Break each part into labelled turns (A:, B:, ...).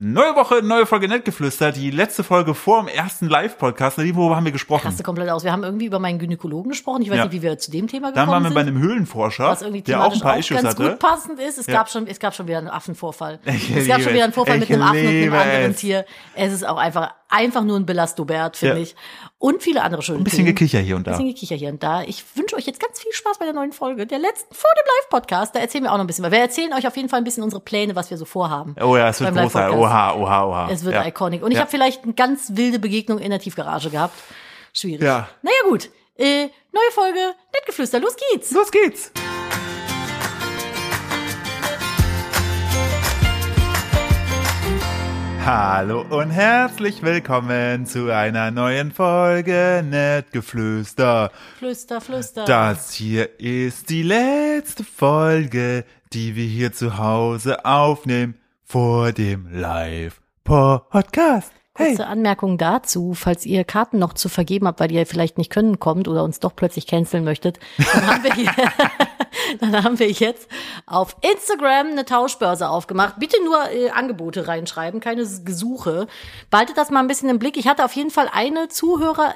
A: Neue Woche, neue Folge Nettgeflüster. Die letzte Folge vor dem ersten Live-Podcast. Nadine, worüber haben wir gesprochen?
B: Raste komplett aus. Wir haben irgendwie über meinen Gynäkologen gesprochen. Ich weiß
A: Hm. Ja.
B: nicht, wie wir zu dem Thema gekommen
A: Dann waren wir
B: sind.
A: bei einem Höhlenforscher,
B: was irgendwie
A: der auch ein
B: thematisch
A: paar Issues
B: ganz
A: hatte.
B: gut passend ist. Es, gab schon, es gab schon wieder einen Affenvorfall.
A: Ich
B: es gab
A: liebe
B: schon wieder einen
A: es.
B: Vorfall
A: Ich
B: mit einem Affen und einem
A: liebe
B: anderen
A: es.
B: Tier. Es ist auch einfach, einfach nur ein Belastobert, finde
A: Ja.
B: ich. Und viele andere schöne
A: Ein bisschen
B: Themen.
A: Gekicher hier und da.
B: Ein bisschen Gekicher hier und da. Ich wünsche euch jetzt ganz viel Spaß bei der neuen Folge, der letzten vor dem Live-Podcast. Da erzählen wir auch noch ein bisschen. Weil wir erzählen euch auf jeden Fall ein bisschen unsere Pläne, was wir so vorhaben.
A: Oh ja, es wird
B: beim Live
A: groß sein.
B: Podcast.
A: Oha, oha, oha.
B: Es wird
A: ja.
B: iconic. Und ich
A: ja.
B: habe vielleicht eine ganz wilde Begegnung in der Tiefgarage gehabt. Schwierig.
A: Ja.
B: Naja, gut. Äh, neue Folge, Nettgeflüster, los geht's.
A: Los geht's! Hallo und herzlich willkommen zu einer neuen Folge Nettgeflüster.
B: Flüster, flüster.
A: Das hier ist die letzte Folge, die wir hier zu Hause aufnehmen vor dem Live-Podcast. Hey,
B: Kurze Anmerkung dazu, falls ihr Karten noch zu vergeben habt, weil ihr vielleicht nicht können kommt oder uns doch plötzlich canceln möchtet, dann haben wir, hier, dann haben wir jetzt auf Instagram eine Tauschbörse aufgemacht. Bitte nur äh, Angebote reinschreiben, keine S- Gesuche. Behaltet das mal ein bisschen im Blick. Ich hatte auf jeden Fall eine Zuhörerin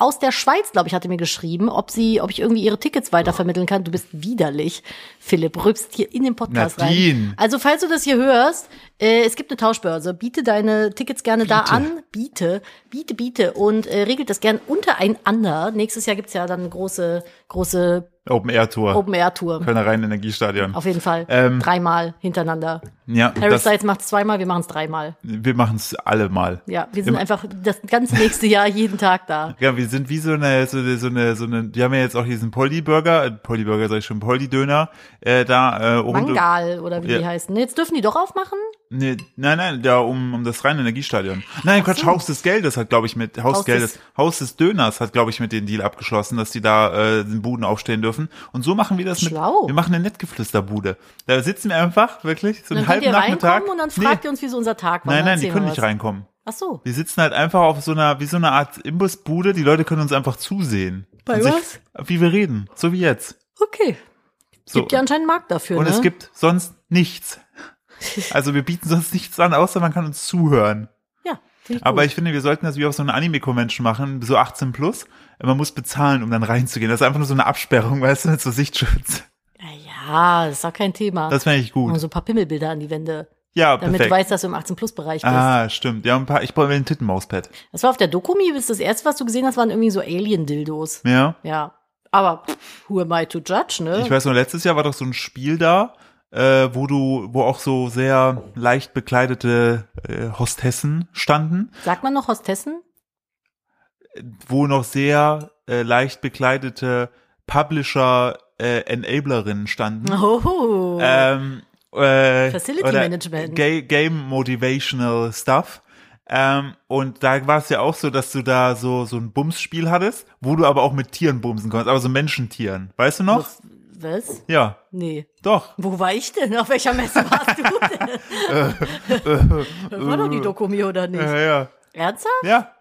B: aus der Schweiz, glaube ich, hatte mir geschrieben, ob sie, ob ich irgendwie ihre Tickets weitervermitteln kann. Du bist widerlich, Philipp, rübst hier in den Podcast
A: Nadine.
B: rein. Also, falls du das hier hörst, äh, es gibt eine Tauschbörse. Biete deine Tickets gerne da an. Biete, biete, biete. Und äh, regelt das gern untereinander. Nächstes Jahr gibt's ja dann eine große, große
A: Open Air Tour,
B: Open-Air-Tour.
A: Kölner Rhein-Energiestadion.
B: Auf jeden Fall.
A: Ähm.
B: dreimal hintereinander.
A: Ja,
B: Harry
A: das,
B: Styles macht's zweimal, wir machen's dreimal.
A: wir machen es alle mal.
B: Ja, wir sind einfach das ganze nächste Jahr jeden Tag da.
A: Ja, wir sind wie so eine, so eine, so eine, so eine, wir haben ja jetzt auch diesen Polly-Burger, äh, Polly-Burger sag ich schon, Polly-Döner, äh, da, äh, rund um,
B: Mangal oder wie die
A: Ja.
B: heißen. Jetzt dürfen die doch aufmachen?
A: nee, nein, nein, da um, um das Rhein-Energiestadion. Nein, Quatsch, Haus des Geldes hat, glaube ich, mit, Haus,
B: Haus
A: des Geldes,
B: des-
A: Haus des Döners hat, glaube ich, mit den Deal abgeschlossen, dass die da, äh, in Buden aufstehen dürfen. Und so machen wir das
B: Schlau.
A: mit, wir machen eine Nettgeflüsterbude. Da sitzen wir einfach, wirklich, so
B: Und dann
A: einen
B: könnt
A: halben
B: ihr
A: Nachmittag.
B: reinkommen und dann
A: nee,
B: fragt ihr uns, wie so unser Tag war.
A: nein,
B: Dann
A: nein, die
B: erzählen
A: können
B: wir
A: nicht
B: was.
A: reinkommen.
B: Ach so.
A: Wir sitzen halt einfach auf so einer, wie so eine Art Imbissbude. Die Leute können uns einfach zusehen.
B: Bei
A: Und sich-
B: was?
A: Wie wir reden. So wie jetzt.
B: Okay.
A: So.
B: Gibt ja anscheinend einen Markt dafür,
A: Und
B: ne?
A: es gibt sonst nichts. Also wir bieten sonst nichts an, außer man kann uns zuhören.
B: ja, finde ich
A: Aber
B: gut.
A: ich finde, wir sollten das wie auf so einer Anime-Convention machen, so 18 plus. Man muss bezahlen, um dann reinzugehen. Das ist einfach nur so eine Absperrung, weißt du, mit so Sichtschutz.
B: Ja, das ist auch kein Thema.
A: Das fände ich
B: Nur
A: gut.
B: so ein paar Pimmelbilder an die Wände,
A: Ja,
B: Also, damit
A: perfekt.
B: du weißt, dass du im 18-Plus-Bereich bist.
A: ah, stimmt. Ja, ein paar, ich brauche ein Tittenmauspad.
B: Das war auf der Dokumi, bis das erste, was du gesehen hast, waren irgendwie so Alien-Dildos.
A: Ja.
B: Ja. Aber pff, who am I to judge, ne?
A: Ich weiß nur, letztes Jahr war doch so ein Spiel da, äh, wo du, wo auch so sehr leicht bekleidete äh, Hostessen standen,
B: Sagt man noch Hostessen?
A: wo noch sehr äh, leicht bekleidete Publisher äh, Enablerinnen standen.
B: Oh.
A: Ähm, äh,
B: Facility
A: oder
B: Management.
A: Ga Game Motivational Stuff. Ähm, und da war es ja auch so, dass du da so, so ein Bumsspiel hattest, wo du aber auch mit Tieren bumsen konntest, aber so Menschentieren. Weißt du noch?
B: Was? Was?
A: Ja,
B: Nee.
A: doch.
B: Wo war ich denn? Auf welcher Messe warst du denn? das war doch die Dokumi, oder nicht?
A: Ja, Äh, ja.
B: Ernsthaft?
A: Ja,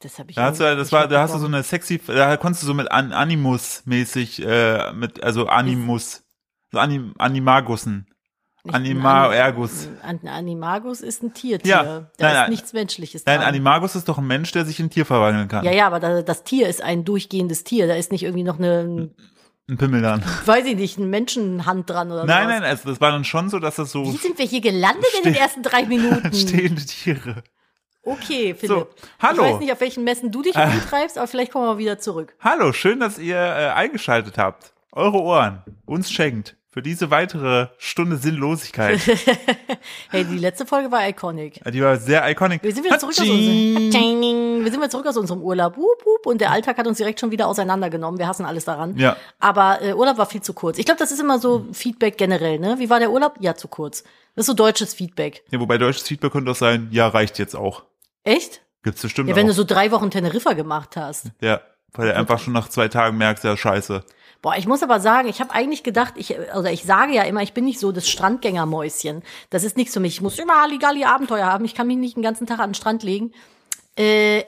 B: Das habe ich
A: Äh. Da hast du,
B: irgendwie
A: das
B: nicht
A: war, da hast du so
B: mitbekommen.
A: eine sexy, da konntest du so mit An Animus-mäßig, äh, mit, also Animus, so Anim Animagussen.
B: Ich-
A: Anima
B: ein-
A: Ergus.
B: Ein ein Animagus ist ein Tiertier.
A: Ja.
B: Da
A: Nein,
B: ist
A: nein.
B: nichts Menschliches
A: Nein,
B: dran.
A: Animagus ist doch ein Mensch, der sich in ein Tier verwandeln kann.
B: Ja, ja, aber da, das Tier ist ein durchgehendes Tier. Da ist nicht irgendwie noch eine,
A: Ein Pimmel dann.
B: weiß ich nicht, eine Menschenhand dran oder
A: Nein,
B: sowas.
A: nein, also das war dann schon so, dass das so
B: Wie sind wir hier gelandet in den ersten drei Minuten?
A: stehende Tiere.
B: Okay, Philipp.
A: hallo.
B: Ich weiß nicht, auf welchen Messen du dich rumtreibst, aber vielleicht kommen wir wieder zurück.
A: Hallo, schön, dass ihr äh, eingeschaltet habt. Eure Ohren uns schenkt für diese weitere Stunde Sinnlosigkeit.
B: Hey, die letzte Folge war iconic.
A: Die war sehr iconic.
B: Wir sind wieder zurück aus unserem, Hatsching. wir sind wieder zurück aus unserem Urlaub. Wup, wup, und der Alltag hat uns direkt schon wieder auseinandergenommen. Wir hassen alles daran.
A: Ja. Hm.
B: Aber äh, Urlaub war viel zu kurz. Ich glaube, das ist immer so Feedback generell, ne? Wie war der Urlaub? Ja, zu kurz. Das ist so deutsches Feedback.
A: ja, wobei deutsches Feedback könnte auch sein, ja, reicht jetzt auch.
B: Echt?
A: Gibt's bestimmt
B: Ja, wenn
A: auch.
B: du so drei Wochen Teneriffa gemacht hast.
A: Ja, weil du einfach schon nach zwei Tagen merkst, ja, scheiße.
B: Boah, ich muss aber sagen, ich habe eigentlich gedacht, ich oder ich sage ja immer, ich bin nicht so das Strandgängermäuschen. Das ist nichts für mich. Ich muss immer Halligalli Abenteuer haben. Ich kann mich nicht den ganzen Tag an den Strand legen. Äh,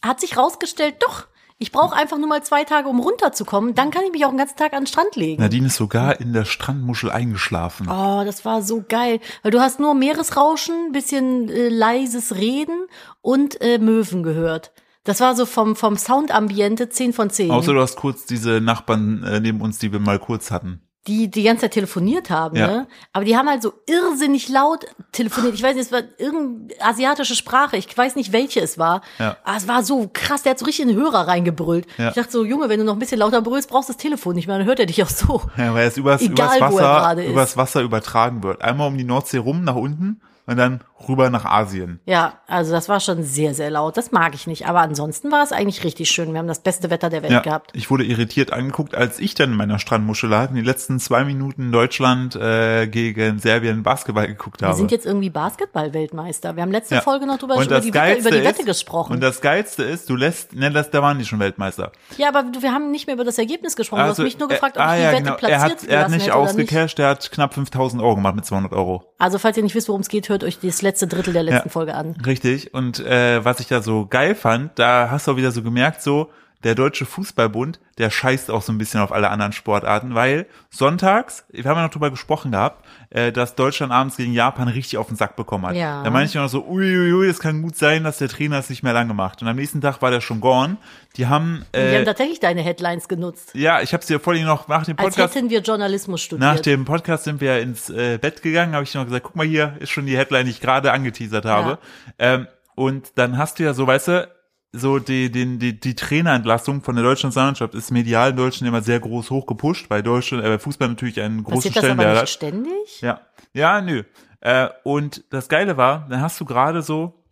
B: hat sich rausgestellt, doch. Ich brauche einfach nur mal zwei Tage, um runterzukommen. Dann kann ich mich auch den ganzen Tag an den Strand legen.
A: Nadine ist sogar in der Strandmuschel eingeschlafen.
B: Oh, das war so geil. Weil du hast nur Meeresrauschen, bisschen äh, leises Reden und äh, Möwen gehört. Das war so vom, vom Soundambiente 10 von 10.
A: Außer du hast kurz diese Nachbarn äh, neben uns, die wir mal kurz hatten.
B: die die ganze Zeit telefoniert haben,
A: Ja.
B: ne? Aber die haben halt so irrsinnig laut telefoniert. Ich weiß nicht, es war irgendeine asiatische Sprache. Ich weiß nicht, welche es war.
A: Ja.
B: Aber es war so krass. Der hat so richtig in den Hörer reingebrüllt.
A: Ja.
B: Ich dachte so, Junge, wenn du noch ein bisschen lauter brüllst, brauchst du das Telefon nicht mehr. Dann hört er dich auch so.
A: Ja, weil es übers,
B: Egal,
A: übers,
B: wo er
A: Wasser,
B: gerade ist.
A: übers Wasser übertragen wird. Einmal um die Nordsee rum, nach unten und dann rüber nach Asien.
B: Ja, also das war schon sehr, sehr laut. Das mag ich nicht. Aber ansonsten war es eigentlich richtig schön. Wir haben das beste Wetter der Welt
A: Ja,
B: gehabt.
A: ich wurde irritiert angeguckt, als ich dann in meiner Strandmuschel lag und die letzten zwei Minuten Deutschland äh, gegen Serbien Basketball geguckt habe.
B: Wir sind jetzt irgendwie Basketball-Weltmeister. Wir haben letzte Folge noch drüber über
A: das
B: die, Wette,
A: Geilste
B: über die Wette
A: ist-
B: gesprochen.
A: Und das Geilste ist, du lässt, ne, das, da waren die schon Weltmeister.
B: Ja, aber du, wir haben nicht mehr über das Ergebnis gesprochen. du hast mich nur
A: äh,
B: gefragt, ob
A: ah,
B: ich die
A: ja,
B: Wette
A: genau.
B: platziert
A: Er hat, er hat
B: gelassen
A: nicht
B: hätte oder nicht.
A: ausgecasht, er hat knapp 5000 Euro gemacht mit 200 Euro.
B: Also falls ihr nicht wisst, worum es geht, hört euch das letzte Drittel der letzten
A: Ja.
B: Folge an.
A: Richtig. Und äh, was ich da so geil fand, da hast du auch wieder so gemerkt, so der Deutsche Fußballbund, der scheißt auch so ein bisschen auf alle anderen Sportarten, weil sonntags, wir haben ja noch drüber gesprochen gehabt, äh, dass Deutschland abends gegen Japan richtig auf den Sack bekommen hat.
B: Ja.
A: Da meine ich auch noch so, uiuiui, es kann gut sein, dass der Trainer es nicht mehr lang gemacht. Und am nächsten Tag war der schon gone. Die haben,
B: Wir
A: äh,
B: haben tatsächlich deine Headlines genutzt,
A: ja, ich habe es dir vorhin noch nach dem
B: als
A: Podcast
B: hätten wir Journalismus studiert.
A: nach dem Podcast sind wir ins äh, Bett gegangen, habe ich noch gesagt, guck mal hier, ist schon die Headline, die ich gerade angeteasert habe. Ähm, und dann hast du ja so, weißt du, so die, den die, die Trainerentlassung von der deutschen Nationalmannschaft ist medial in Deutschland immer sehr groß hochgepusht, weil Deutschland, äh, weil Fußball natürlich einen großen
B: Passiert das aber
A: Stellenwert
B: nicht
A: hat.
B: ständig?
A: Ja, ja, nö. Äh, und das Geile war, dann hast du gerade so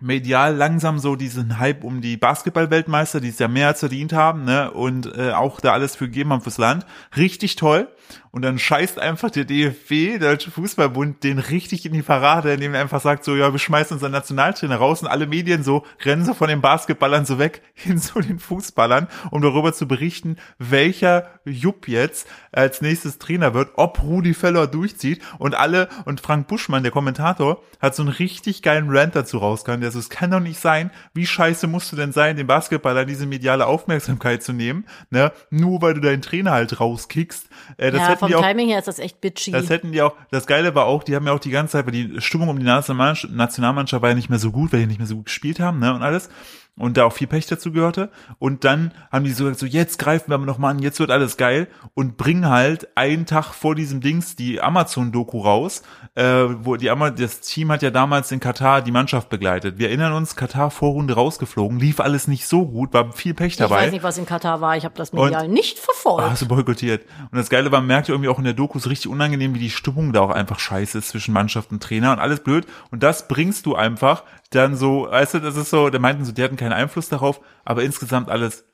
A: medial langsam so diesen Hype um die Basketball-Weltmeister, die es ja mehr als verdient haben, ne, und äh, auch da alles für gegeben haben fürs Land. Richtig toll. Und dann scheißt einfach der DFB, der Deutsche Fußballbund, den richtig in die Parade, indem er einfach sagt, so, ja, wir schmeißen unseren Nationaltrainer raus und alle Medien so rennen so von den Basketballern so weg hin zu den Fußballern, um darüber zu berichten, welcher Jupp jetzt als nächstes Trainer wird, ob Rudi Völler durchzieht und alle und Frank Buschmann, der Kommentator, hat so einen richtig geilen Rant dazu rausgehauen. Der so, es kann doch nicht sein, wie scheiße musst du denn sein, den Basketballern diese mediale Aufmerksamkeit zu nehmen, ne? Nur weil du deinen Trainer halt rauskickst. Äh, das
B: ja,
A: hätten
B: vom
A: die auch
B: Timing her ist das echt bitchy.
A: das hätten die auch, das Geile war auch, die haben ja auch die ganze Zeit, weil die Stimmung um die Nationalmannschaft, Nationalmannschaft war ja nicht mehr so gut, weil die nicht mehr so gut gespielt haben, ne, und alles. Und da auch viel Pech dazu gehörte. Und dann haben die so gesagt, so, jetzt greifen wir nochmal an, jetzt wird alles geil. Und bringen halt einen Tag vor diesem Dings die Amazon-Doku raus, äh, wo die Ama das Team hat ja damals in Katar die Mannschaft begleitet. Wir erinnern uns, Katar Vorrunde rausgeflogen, lief alles nicht so gut, war viel Pech
B: ich
A: dabei.
B: weiß nicht, was in Katar war. Ich habe das medial nicht verfolgt.
A: Ah, hast du boykottiert. Und das Geile war, man merkte irgendwie auch in der Doku ist richtig unangenehm, wie die Stimmung da auch einfach scheiße ist zwischen Mannschaft und Trainer und alles blöd. Und das bringst du einfach dann so, weißt du, das ist so, da meinten so, die hatten keinen Einfluss darauf, aber insgesamt alles.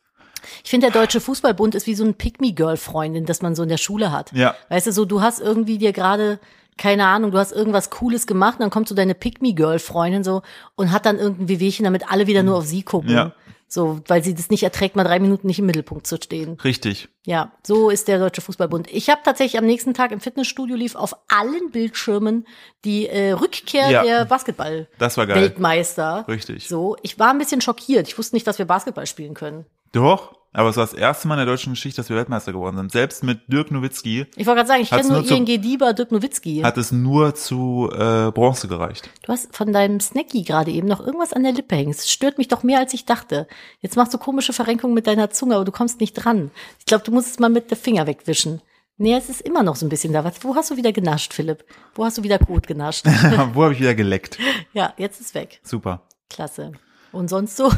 B: Ich finde, der Deutsche Fußballbund ist wie so ein Pick-me-Girl-Freundin, das man so in der Schule hat.
A: Ja.
B: Weißt du, so du hast irgendwie dir gerade, keine Ahnung, du hast irgendwas Cooles gemacht und dann kommt so deine Pick-me-Girl-Freundin so und hat dann irgendein Wehwehchen, damit alle wieder nur auf sie gucken.
A: Mhm. Ja.
B: So, weil sie das nicht erträgt, mal drei Minuten nicht im Mittelpunkt zu stehen.
A: Richtig.
B: Ja, so ist der Deutsche Fußballbund. Ich habe tatsächlich am nächsten Tag im Fitnessstudio lief auf allen Bildschirmen die äh, Rückkehr
A: Ja.
B: der Basketball.
A: Das war geil.
B: Weltmeister.
A: Richtig.
B: So, ich war ein bisschen schockiert. Ich wusste nicht, dass wir Basketball spielen können.
A: Doch, aber es war das erste Mal in der deutschen Geschichte, dass wir Weltmeister geworden sind. Selbst mit Dirk Nowitzki
B: Ich wollte gerade sagen, ich
A: Hat's
B: kenne nur,
A: nur zu-
B: ING Dieber, Dirk Nowitzki.
A: hat es nur zu äh, Bronze gereicht.
B: Du hast von deinem Snacky gerade eben noch irgendwas an der Lippe hängst. Das Stört mich doch mehr, als ich dachte. Jetzt machst du komische Verrenkungen mit deiner Zunge, aber du kommst nicht dran. Ich glaube, du musst es mal mit der Finger wegwischen. Nee, es ist immer noch so ein bisschen da. Was- Wo hast du wieder genascht, Philipp? Wo hast du wieder gut genascht?
A: Wo habe ich wieder geleckt?
B: ja, jetzt ist weg.
A: Super.
B: Klasse. Und sonst so?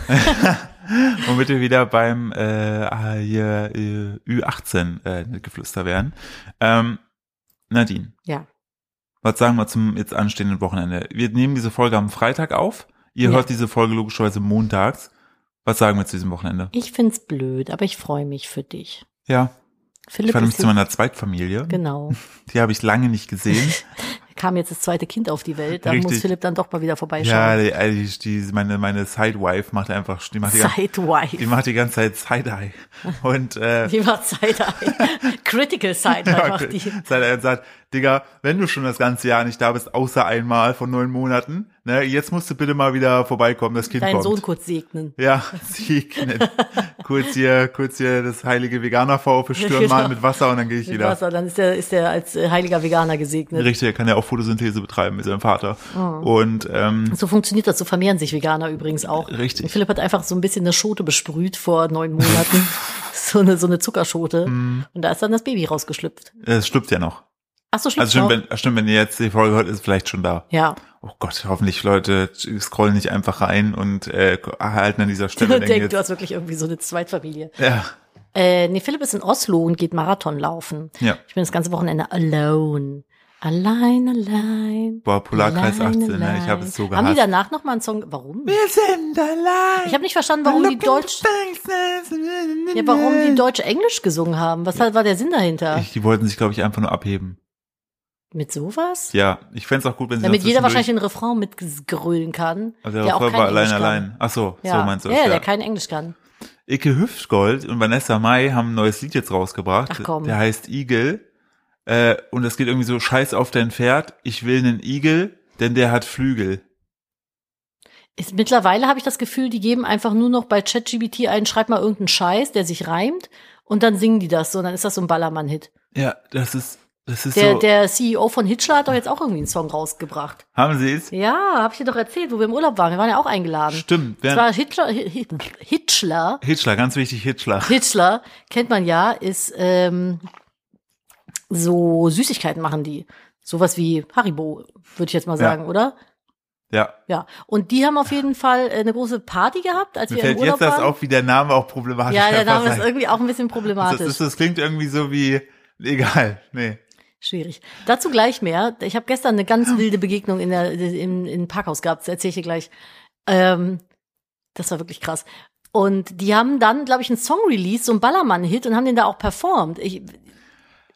A: Womit wir wieder beim äh, ah, hier, äh, Ü18 äh, geflüster werden. Ähm, Nadine,
B: ja.
A: was sagen wir zum jetzt anstehenden Wochenende? Wir nehmen diese Folge am Freitag auf. Ihr
B: Ja.
A: hört diese Folge logischerweise montags. Was sagen wir zu diesem Wochenende?
B: Ich find's blöd, aber ich freue mich für dich.
A: Ja, ich
B: Philipp
A: war nämlich
B: ist
A: zu meiner Zweitfamilie.
B: genau.
A: Die habe ich lange nicht gesehen.
B: Kam jetzt das zweite Kind auf die Welt, da
A: Richtig.
B: muss Philipp dann doch mal wieder
A: ja,
B: vorbeischauen.
A: die, die, die, meine, meine Sidewife macht einfach, die macht die, ganze, die
B: Sidewife.
A: macht die ganze Zeit Side-Eye. Und äh,
B: Wie war Side-Eye? Critical Side einfach
A: okay.
B: die.
A: Seit er sagt, Digga, wenn du schon das ganze Jahr nicht da bist, außer einmal von neun Monaten, ne, jetzt musst du bitte mal wieder vorbeikommen, das Kind
B: Deinen
A: kommt.
B: Sohn kurz segnen.
A: ja, segnen. kurz hier, kurz hier das heilige Veganer-V verstören
B: Genau.
A: mal mit Wasser und dann gehe ich
B: Mit
A: wieder.
B: Wasser, dann ist der, ist der als äh, heiliger Veganer gesegnet.
A: Richtig, er kann ja auch Photosynthese betreiben mit seinem Vater.
B: Oh.
A: Und ähm,
B: So funktioniert das, so vermehren sich Veganer übrigens auch.
A: Richtig.
B: Und Philipp hat einfach so ein bisschen eine Schote besprüht vor neun Monaten. so, eine, so eine Zuckerschote.
A: Mhm.
B: Und da ist dann das Baby rausgeschlüpft.
A: es stirbt ja noch.
B: Ach so, schlüpft
A: Also stimmt,
B: noch.
A: wenn, stimmt, wenn ihr jetzt die Folge hört, ist es vielleicht schon da.
B: Ja.
A: Oh Gott, hoffentlich Leute scrollen nicht einfach rein und äh, halten an dieser Stelle. und denken
B: Denk, du hast wirklich irgendwie so eine Zweitfamilie.
A: ja,
B: Äh, nee, Philipp ist in Oslo und geht Marathon laufen.
A: ja,
B: Ich bin das ganze Wochenende alone. Allein, allein.
A: boah, Polarkreis
B: Allein,
A: 18, ne? ich habe
B: allein.
A: es so
B: Haben die
A: gehasst.
B: danach nochmal einen Song? Warum?
A: Wir sind allein.
B: Ich habe nicht verstanden, warum die Deutsch, ja, warum die Deutsch-Englisch gesungen haben. Was war der Sinn dahinter?
A: Ich, die wollten sich, glaube ich, einfach nur abheben.
B: Mit sowas?
A: Ja, ich fänd's auch gut, wenn sie
B: Damit
A: noch
B: jeder wahrscheinlich
A: zwischendurch-
B: den Refrain mitgrölen kann.
A: Also der
B: der auch
A: Refrain
B: kein
A: war allein,
B: Englisch kann.
A: allein. Ach so,
B: Ja,
A: so meinst du
B: ja,
A: das,
B: der kein Englisch kann.
A: Icke Hüftgold und Vanessa Mai haben ein neues Lied jetzt rausgebracht.
B: Ach komm.
A: Der heißt Igel. Äh, und das geht irgendwie so, scheiß auf dein Pferd, ich will einen Igel, denn der hat Flügel.
B: Ist, mittlerweile habe ich das Gefühl, die geben einfach nur noch bei ChatGBT ein, schreib mal irgendeinen Scheiß, der sich reimt, und dann singen die das so, und dann ist das so ein Ballermann-Hit.
A: Ja, das ist, das ist
B: Der,
A: so.
B: der CEO von Hitchler hat doch jetzt auch irgendwie einen Song rausgebracht.
A: haben sie es?
B: Ja, habe ich dir doch erzählt, wo wir im Urlaub waren. Wir waren ja auch eingeladen.
A: Stimmt.
B: Es
A: Während,
B: war Hitler, Hi- Hi- Hitchler,
A: Hitchler, ganz wichtig, Hitchler.
B: Hitchler, kennt man ja, ist ähm, so Süßigkeiten machen die. Sowas wie Haribo, würde ich jetzt mal
A: Ja.
B: sagen, oder?
A: Ja.
B: Ja. Und die haben auf jeden Fall äh, eine große Party gehabt, als
A: Mir
B: wir im
A: fällt
B: Urlaub
A: jetzt das
B: waren.
A: auf, wie der Name auch problematisch
B: ja, der
A: einfach
B: Name ist
A: sein-
B: irgendwie auch ein bisschen
A: das,
B: problematisch.
A: das, das klingt irgendwie so wie, egal, nee.
B: Schwierig. Dazu gleich mehr. Ich habe gestern eine ganz wilde Begegnung in der, im, im Parkhaus gehabt, das erzähle ich dir gleich. Ähm, das war wirklich krass. Und die haben dann, glaube ich, einen Song released, so einen Ballermann-Hit und haben den da auch performt. Ich,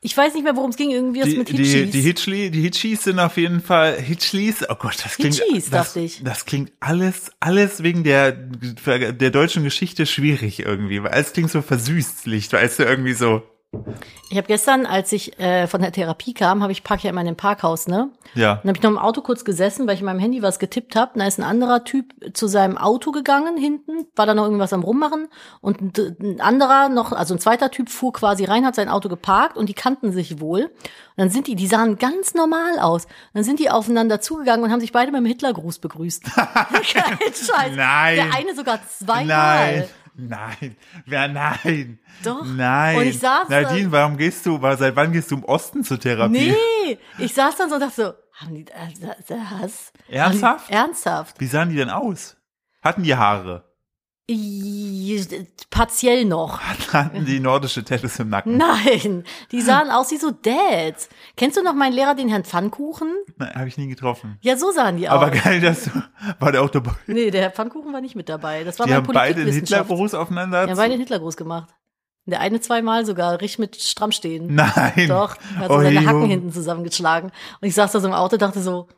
B: ich weiß nicht mehr, worum es ging, irgendwie das
A: Die,
B: mit
A: die,
B: Hitchis.
A: die, Hitchli, die Hitchis sind auf jeden Fall Hitchlis. Oh Gott, das klingt
B: Hitchis,
A: das,
B: dachte ich.
A: das klingt alles alles wegen der der deutschen Geschichte schwierig irgendwie, weil es klingt so versüßlich, weißt du irgendwie so.
B: ich habe gestern, als ich äh, von der Therapie kam, habe ich park ja immer in dem Parkhaus, ne?
A: Ja.
B: Dann habe ich noch im Auto kurz gesessen, weil ich in meinem Handy was getippt habe. Da ist ein anderer Typ zu seinem Auto gegangen hinten, war da noch irgendwas am rummachen und ein d- ein anderer noch, also ein zweiter Typ fuhr quasi rein, hat sein Auto geparkt und die kannten sich wohl. Und dann sind die, die sahen ganz normal aus. Und dann sind die aufeinander zugegangen und haben sich beide mit dem Hitlergruß begrüßt. Kein Scheiß.
A: Nein.
B: Der eine sogar zweimal.
A: Nein. Nein. Wer nein.
B: Doch.
A: Nein.
B: Und ich saß da-
A: Nadine, warum gehst du, war- seit wann gehst du im Osten zur Therapie?
B: Nee, ich saß dann so und dachte so, haben die äh, das? das-
A: Ernsthaft?
B: Ernsthaft.
A: Wie sahen die denn aus? Hatten die Haare?
B: I- Partiell noch.
A: Hatten die nordische Tattoos im
B: Hm.
A: Nacken?
B: Nein, die sahen aus wie so Dads. Kennst du noch meinen Lehrer, den Herrn Pfannkuchen?
A: Nein, habe ich nie getroffen.
B: Ja, so sahen die
A: Aber
B: aus.
A: geil, dass du war der auch dabei.
B: Nee, der Herr Pfannkuchen war nicht mit dabei. Das war
A: Die
B: mein
A: haben beide einen
B: Politikwissenschaft.
A: Hitlergruß aufeinander.
B: Die haben beide den Hitlergruß gemacht. Der eine zweimal sogar, richtig mit stramm stehen.
A: Nein.
B: Doch, er hat so
A: Oh,
B: seine
A: Junge.
B: Hacken hinten zusammengeschlagen. Und ich saß da so im Auto dachte so,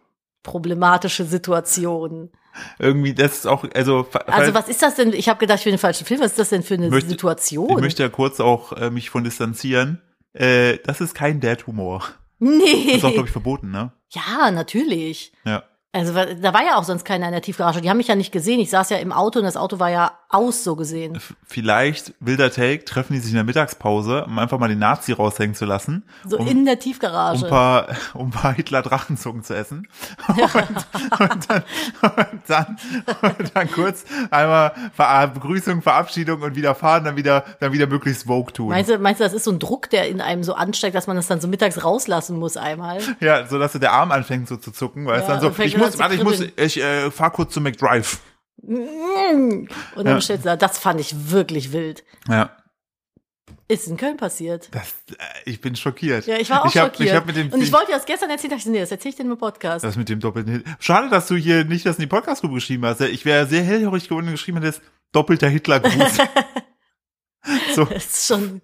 B: problematische Situation.
A: Irgendwie, das ist auch, also, fa-
B: Also
A: falls-
B: was ist das denn? Ich habe gedacht, ich bin im falschen Film. Was ist das denn für eine
A: Möchte-
B: Situation?
A: ich möchte ja kurz auch äh, mich von distanzieren. Äh, das ist kein Dad-Humor.
B: nee.
A: Das ist auch, glaube ich, verboten, ne?
B: ja, natürlich.
A: Ja.
B: Also wa- da war ja auch sonst keiner in der Tiefgarage. Die haben mich ja nicht gesehen. Ich saß ja im Auto und das Auto war ja aus so gesehen.
A: F- Vielleicht, wilder Take, treffen die sich in der Mittagspause, um einfach mal den Nazi raushängen zu lassen.
B: So
A: um,
B: in der
A: um ein
B: Tiefgarage.
A: paar, um ein paar Hitler-Drachenzungen zu essen. Und, und, dann, und, dann, und dann kurz einmal Ver Begrüßung, Verabschiedung und wieder fahren, dann wieder, dann wieder möglichst Vogue tun.
B: Meinst du, meinst du, das ist so ein Druck, der in einem so ansteigt, dass man das dann so mittags rauslassen muss einmal?
A: Ja, so dass so der Arm anfängt so zu zucken, weil es
B: Ja,
A: dann so,
B: und fängt
A: ich
B: an
A: muss,
B: zu
A: warte, ich muss,
B: kribbeln.
A: ich äh, fahr kurz zum McDrive.
B: Und dann
A: Ja.
B: steht da, das fand ich wirklich wild.
A: Ja.
B: Ist in Köln passiert.
A: Das, äh, ich bin schockiert.
B: Ja, ich war auch
A: ich hab,
B: schockiert.
A: Ich hab mit dem,
B: und ich wollte dir das gestern erzählen, dachte ich, nee, das erzähle ich dir im Podcast.
A: das mit dem doppelten Hit. Schade, dass du hier nicht das in die Podcast-Gruppe geschrieben hast. Ich wäre sehr hellhörig geworden, wenn du geschrieben hättest, doppelter Hitlergruß. so,
B: Das ist schon,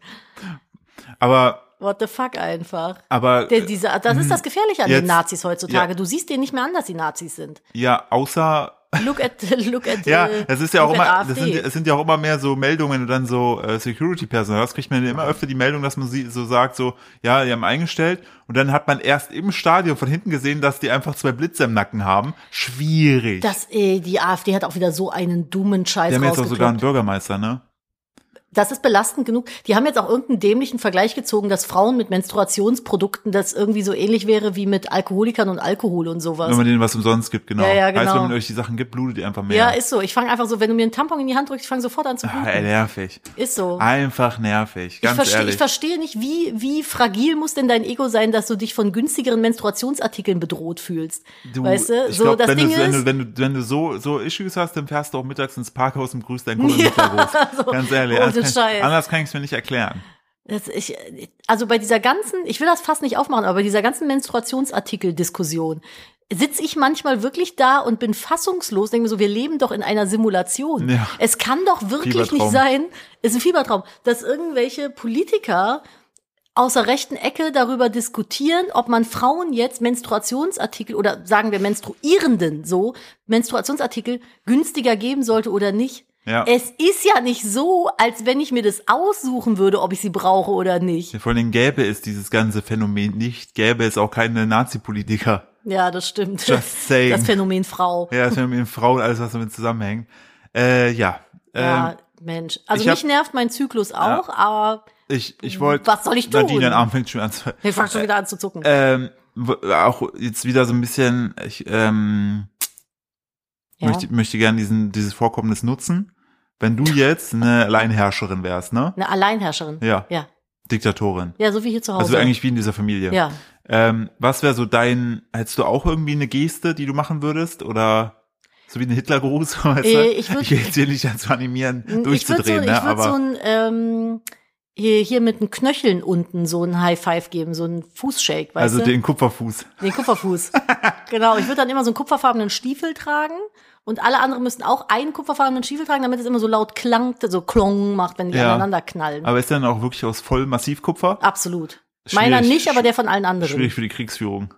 A: aber,
B: what the fuck einfach.
A: aber,
B: Der, diese, das ist das Gefährliche an
A: Hm. Jetzt-
B: den Nazis heutzutage.
A: ja.
B: Du siehst denen nicht mehr an, dass sie Nazis sind.
A: ja, außer,
B: Look at, look at,
A: ja,
B: äh,
A: das ist ja
B: look
A: auch
B: at
A: immer, das
B: AfD.
A: sind, es sind ja auch immer mehr so Meldungen, wenn du dann so äh, Security-Personal hast, kriegt man ja immer öfter die Meldung, dass man sie so sagt, so, ja, die haben eingestellt und dann hat man erst im Stadion von hinten gesehen, dass die einfach zwei Blitze im Nacken haben. Schwierig.
B: Das, äh, die AfD hat auch wieder so einen dummen Scheiß
A: die haben jetzt auch sogar
B: rausgekloppt.
A: einen Bürgermeister, ne?
B: das ist belastend genug. Die haben jetzt auch irgendeinen dämlichen Vergleich gezogen, dass Frauen mit Menstruationsprodukten das irgendwie so ähnlich wäre wie mit Alkoholikern und Alkohol und sowas.
A: Wenn man denen was umsonst gibt, genau.
B: Ja, ja,
A: Heißt,
B: genau.
A: wenn man euch die Sachen gibt, blutet ihr einfach mehr.
B: Ja, ist so. Ich fange einfach so, wenn du mir einen Tampon in die Hand drückst, ich fange sofort an zu
A: Ah,
B: bluten.
A: ey, nervig.
B: Ist so.
A: Einfach nervig, ganz
B: ich, verstehe,
A: ehrlich.
B: ich verstehe nicht, wie, wie fragil muss denn dein Ego sein, dass du dich von günstigeren Menstruationsartikeln bedroht fühlst.
A: Du,
B: weißt du,
A: ich
B: so
A: glaub,
B: das
A: wenn
B: Ding
A: du,
B: ist.
A: Wenn du, wenn du, wenn du so, so Issues hast, dann fährst du auch mittags ins Parkhaus und grüßt deinen Kumpel mit der Ruf.
B: so,
A: Ganz ehrlich. anders,
B: ohne
A: kann ich,
B: Scheiß.
A: anders kann ich es mir nicht erklären.
B: Das ich, also bei dieser ganzen, ich will das fast nicht aufmachen, aber bei dieser ganzen Menstruationsartikel-Diskussion sitze ich manchmal wirklich da und bin fassungslos, denke mir so, wir leben doch in einer Simulation.
A: Ja.
B: Es kann doch wirklich
A: Fiebertraum.
B: nicht sein, ist ein Fiebertraum, dass irgendwelche Politiker aus der rechten Ecke darüber diskutieren, ob man Frauen jetzt Menstruationsartikel oder sagen wir Menstruierenden so, Menstruationsartikel günstiger geben sollte oder nicht.
A: Ja.
B: Es ist ja nicht so, als wenn ich mir das aussuchen würde, ob ich sie brauche oder nicht.
A: Vor allem gäbe es dieses ganze Phänomen nicht, gäbe es auch keine Nazi-Politiker.
B: Ja, das stimmt.
A: Just saying.
B: Das Phänomen Frau.
A: Ja, das mit Frauen, alles, was damit zusammenhängt. Äh, ja. Ähm,
B: Ja, Mensch. Also
A: ich hab-
B: mich nervt mein Zyklus auch, aber
A: Ich, ich wollte.
B: Was soll ich tun?
A: Nadine, dein Arm fängt schon an zu.
B: ich fange schon wieder an zu zucken.
A: Ähm, w- auch jetzt wieder so ein bisschen, ich ähm,
B: ja.
A: möchte, möchte gerne diesen, dieses Vorkommnis nutzen. Wenn du jetzt eine Alleinherrscherin wärst, ne?
B: Eine Alleinherrscherin.
A: Ja,
B: Ja.
A: Diktatorin.
B: Ja, so wie hier zu Hause.
A: Also eigentlich wie in dieser Familie.
B: ja.
A: Ähm, was wäre so dein, hättest du auch irgendwie eine Geste, die du machen würdest? Oder so wie ein Hitlergruß? Weißt
B: Äh,
A: du?
B: ich würd-
A: ich will jetzt hier nicht dazu animieren,
B: Ich würde so,
A: durchzudrehen, ne?
B: ich würd
A: Aber
B: so ein, ähm, hier, hier mit den Knöcheln unten so ein High Five geben, so ein Fußshake, weißt
A: also
B: du?
A: den Kupferfuß.
B: Den Kupferfuß. genau, ich würde dann immer so einen kupferfarbenen Stiefel tragen und alle anderen müssten auch einen kupferfarbenen Stiefel tragen, damit es immer so laut klangt, so klong macht, wenn die
A: Ja.
B: aneinander knallen.
A: Aber ist der dann auch wirklich aus voll Massivkupfer?
B: Absolut. Meiner
A: Schwierig.
B: nicht, aber der von allen anderen.
A: Schwierig für die Kriegsführung.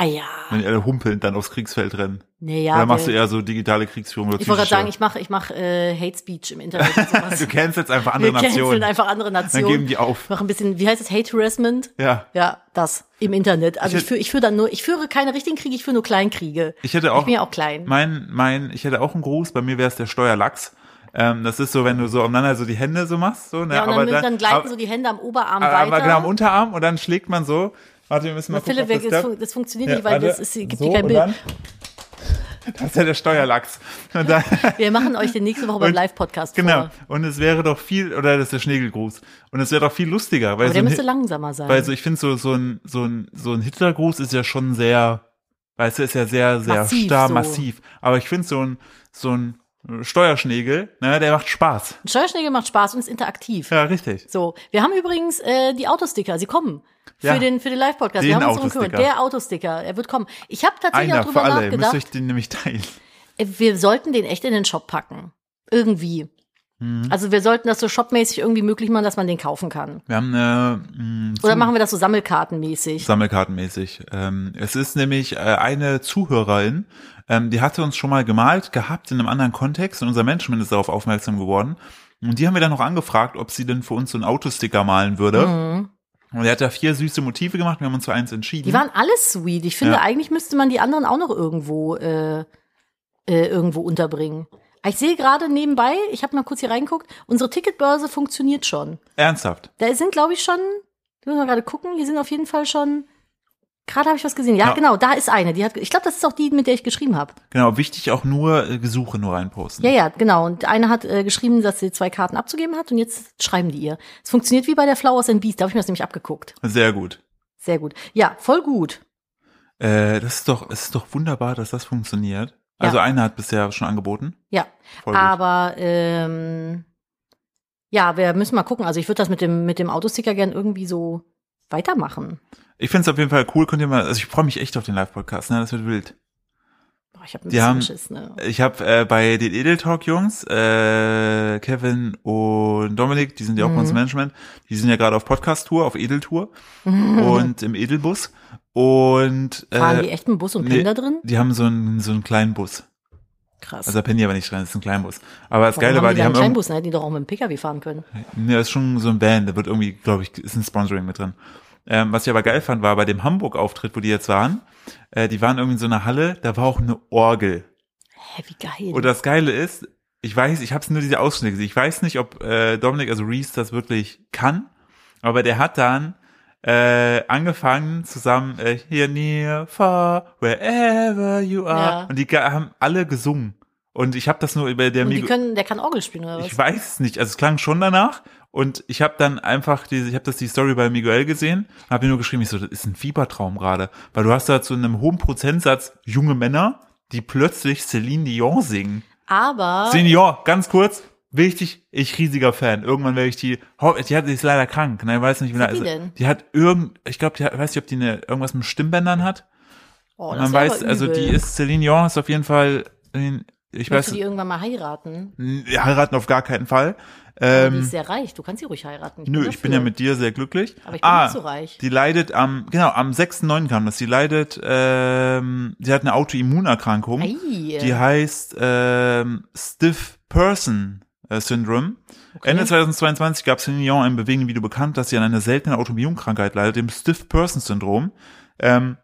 B: Ah ja.
A: Wenn die alle humpeln, dann aufs Kriegsfeld rennen.
B: Naja,
A: oder machst du
B: wir-
A: eher so digitale Kriegsführung oder
B: ich wollte gerade
A: physische?
B: sagen, ich mache ich mach, äh, Hate Speech im Internet. und sowas.
A: Du kennst jetzt einfach
B: Wir
A: andere
B: canceln
A: Nationen.
B: einfach andere
A: dann
B: Nationen.
A: geben die auf.
B: Ich mache ein bisschen, wie heißt es, Hate Harassment?
A: Ja.
B: Ja, das im Internet. Also
A: Ich
B: ich, führe ich führe dann nur, ich führe keine richtigen Kriege, ich führe nur Kleinkriege.
A: Ich hätte auch,
B: bin ja auch klein.
A: mein, mein, ich hätte auch einen Gruß, bei mir wäre es der Steuerlachs. Ähm, das ist so, wenn du so umeinander so die Hände so machst, so, ne,
B: ja, und
A: aber
B: dann, dann, gleiten
A: aber,
B: so die Hände am Oberarm weiter.
A: aber genau am Unterarm und dann schlägt man so. Warte, wir müssen mal gucken,
B: Philipp,
A: ob das
B: das,
A: klappt.
B: fun das funktioniert
A: Ja,
B: nicht, weil
A: warte.
B: das ist, gibt
A: so,
B: hier kein
A: und
B: Bild.
A: Dann, das ist ja der Steuerlachs. Und dann,
B: Wir machen euch den nächste Woche beim
A: Und-
B: Live-Podcast
A: genau.
B: vor.
A: Und es wäre doch viel, oder das ist der Schnegelgruß. Und es wäre doch viel lustiger, weil
B: Aber
A: so
B: der
A: ein
B: müsste
A: Hi-
B: langsamer
A: Also
B: sein.
A: ne Weil so, ich finde so, so ein, so ein, so ein Hitlergruß ist ja schon sehr, weißt du, ist ja sehr, sehr
B: Massiv
A: starr,
B: so.
A: massiv. Aber ich finde so ein, so ein Steuerschnägel, ne, der macht Spaß.
B: Ein Steuerschnägel macht Spaß und ist interaktiv.
A: Ja, richtig.
B: So, wir haben übrigens äh, die Autosticker, sie kommen. Für
A: Ja.
B: den, für den Live-Podcast. Wir
A: Den
B: haben uns darum gekümmert.
A: Autosticker.
B: Der Autosticker, er wird kommen. Ich habe tatsächlich
A: Einer
B: auch
A: für
B: drüber
A: alle. Ihr Müsst
B: nachgedacht,
A: euch den nämlich teilen.
B: äh, wir sollten den echt in den Shop packen. Irgendwie.
A: Mhm.
B: Also wir sollten das so shopmäßig irgendwie möglich machen, dass man den kaufen kann.
A: Wir haben äh, mm, eine mh,
B: Oder machen wir das so sammelkartenmäßig?
A: Sammelkartenmäßig. Ähm, es ist nämlich äh, eine Zuhörerin, ähm, die hatte uns schon mal gemalt gehabt in einem anderen Kontext und unser Management ist darauf aufmerksam geworden. Und die haben wir dann noch angefragt, ob sie denn für uns so einen Autosticker malen würde. Und er hat da vier süße Motive gemacht, wir haben uns für eins entschieden.
B: Mhm. Die waren alle sweet. Ich finde,
A: Mhm. Ja.
B: eigentlich müsste man die anderen auch noch irgendwo, äh, äh, irgendwo unterbringen. Ich sehe gerade nebenbei, ich habe mal kurz hier reingeguckt, unsere Ticketbörse funktioniert schon.
A: Ernsthaft.
B: Da sind, glaube ich, schon, müssen wir gerade gucken, hier sind auf jeden Fall schon, gerade habe ich was gesehen. Ja,
A: Ja.
B: genau, da ist eine. Die hat, ich glaube, das ist auch die, mit der ich geschrieben habe.
A: Genau, wichtig auch nur äh, Gesuche nur reinposten.
B: Ja, ja, genau. Und eine hat äh, geschrieben, dass sie zwei Karten abzugeben hat und jetzt schreiben die ihr. Es funktioniert wie bei der Flowers and Beast, da habe ich mir das nämlich abgeguckt.
A: Sehr gut.
B: Sehr gut. Ja, voll gut.
A: Äh, das ist doch, es ist doch wunderbar, dass das funktioniert.
B: Ja.
A: Also einer hat bisher schon angeboten.
B: Ja.
A: Voll gut.
B: Aber ähm, ja, wir müssen mal gucken. Also ich würde das mit dem, mit dem Autosticker gern irgendwie so weitermachen.
A: Ich finde es auf jeden Fall cool, könnt ihr mal, also ich freue mich echt auf den Live-Podcast, ne? Das wird wild.
B: Boah, ich habe ein
A: Die
B: bisschen
A: haben-
B: Schiss, ne?
A: Ich habe äh, bei den Edel Talk Jungs, äh, Kevin und Dominik, die sind ja auch bei uns im
B: Mhm.
A: Management, die sind ja gerade auf Podcast-Tour, auf Edeltour und im Edelbus. Und
B: Fahren die
A: äh,
B: echt einen Bus und
A: nee.
B: pennen da drin?
A: die haben so einen, so einen kleinen Bus.
B: Krass.
A: Also da pennen die aber nicht rein, das ist ein Kleinbus. Aber das
B: Warum
A: Geile war,
B: haben die,
A: die
B: da
A: haben
B: einen
A: irgendwie,
B: Kleinbus, ne? hätten die doch auch mit dem Pkw fahren können.
A: ne, das ist schon so ein Van, da wird irgendwie, glaube ich, ist ein Sponsoring mit drin. Ähm, was ich aber geil fand, war bei dem Hamburg-Auftritt, wo die jetzt waren, äh, die waren irgendwie in so einer Halle, da war auch eine Orgel.
B: Hä, wie geil.
A: Und das Geile ist, ich weiß, ich habe nur diese Ausschnitte gesehen. Ich weiß nicht, ob äh, Dominic, also Reese, das wirklich kann, aber der hat dann äh, angefangen zusammen äh, here near far wherever you are
B: Ja.
A: und die ga- haben alle gesungen und ich habe das nur über der
B: Und die
A: Migo
B: können, der kann Orgel spielen oder was?
A: ich weiß es nicht also es klang schon danach und ich habe dann einfach diese ich habe das die Story bei Miguel gesehen und habe mir nur geschrieben ich so das ist ein Fiebertraum gerade weil du hast da zu einem hohen Prozentsatz junge Männer die plötzlich Celine Dion singen
B: Aber
A: Senior, ganz kurz, wichtig, ich riesiger Fan. Irgendwann werde ich die, ho- die hat, die ist leider krank, ne, ich weiß nicht, wie
B: hat
A: lange-
B: die denn?
A: die hat irgend, ich glaube, die hat, weiß nicht, ob die eine, irgendwas mit Stimmbändern hat.
B: oh, das
A: Man
B: ist aber
A: weiß, also
B: übel.
A: die ist, Celine Dion ist auf jeden Fall, in- ich
B: Willst du
A: weiß,
B: die irgendwann mal heiraten?
A: n- heiraten auf gar keinen Fall.
B: Aber die
A: Ähm,
B: ist sehr reich. Du kannst sie ruhig heiraten.
A: nö, ich bin ja
B: dafür.
A: mit dir sehr glücklich.
B: Aber ich bin
A: ah,
B: nicht so reich.
A: Die leidet am, genau, am 6.9. kam das, die leidet, ähm, die hat eine Autoimmunerkrankung.
B: Ei.
A: Die heißt ähm, Stiff Person äh, Syndrome.
B: Okay.
A: Ende 2022 gab Celine Dion einem bewegenden Video bekannt, dass sie an einer seltenen Autoimmunkrankheit leidet, dem Stiff Person Syndrom. Ähm,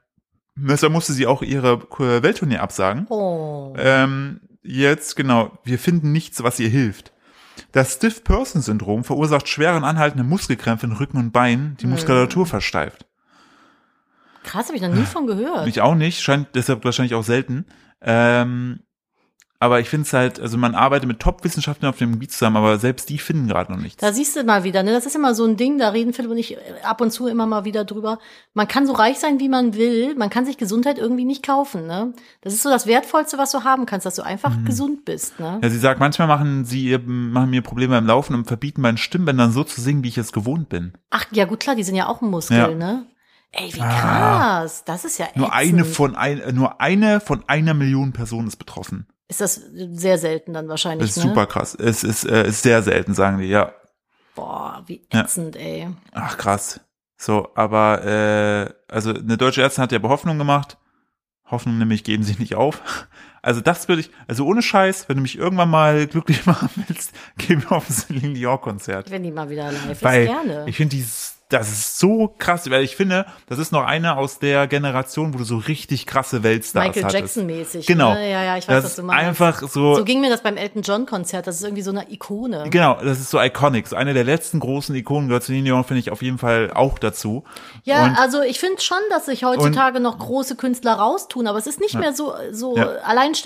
A: deshalb musste sie auch ihre äh, Welttournee absagen.
B: oh.
A: Ähm, jetzt, genau, wir finden nichts, was ihr hilft. Das Stiff Person Syndrom verursacht schwere und anhaltende Muskelkrämpfe in Rücken und Beinen, die Muskulatur versteift.
B: Krass, habe ich noch nie von gehört.
A: Ich auch nicht, scheint deshalb wahrscheinlich auch selten. Ähm, aber ich finde es halt, also man arbeitet mit Top-Wissenschaftlern auf dem Gebiet zusammen, aber selbst die finden gerade noch nichts.
B: Da siehst du mal wieder, ne? Das ist immer so ein Ding, da reden Philipp und ich äh, ab und zu immer mal wieder drüber. Man kann so reich sein, wie man will, man kann sich Gesundheit irgendwie nicht kaufen, ne? Das ist so das Wertvollste, was du haben kannst, dass du einfach gesund bist, ne?
A: Mhm. Ja, sie sagt, manchmal machen sie ihr- machen mir Probleme beim Laufen und verbieten meinen Stimmbändern so zu singen, wie ich es gewohnt bin.
B: Ach, ja gut, klar, die sind ja auch ein Muskel,
A: Ja. Ah.
B: ne? Ey, wie krass. Das ist ja ätzend.
A: Nur eine von ein, äh, nur eine von einer Million Personen ist betroffen.
B: Ist das sehr selten dann wahrscheinlich,
A: Das ist
B: ne?
A: super krass. Es ist, äh, ist sehr selten, sagen die, ja.
B: Boah, wie
A: Ja.
B: ätzend, ey.
A: Ach krass. So, aber äh, also eine deutsche Ärztin hat ja aber Hoffnung gemacht. Hoffnung nämlich geben sie nicht auf. Also das würde ich, also ohne Scheiß, wenn du mich irgendwann mal glücklich machen willst, geh mir auf ein Celine Dion Konzert.
B: Wenn die mal wieder live
A: Weil
B: ist, gerne.
A: ich finde die, das ist so krass, weil ich finde, das ist noch eine aus der Generation, wo du so richtig krasse Weltstars
B: Michael
A: hattest.
B: Jackson-mäßig.
A: Genau.
B: Ne? Ja, ja, ich weiß,
A: das
B: was du
A: ist
B: meinst.
A: einfach so,
B: so ging mir das beim Elton John-Konzert. Das ist irgendwie so eine Ikone.
A: genau, das ist so iconic. So eine der letzten großen Ikonen gehört zu Dion, finde ich auf jeden Fall auch dazu.
B: Ja,
A: Und-
B: also ich finde schon, dass sich heutzutage noch große Künstler raustun, aber es ist nicht mehr so, so
A: Ja.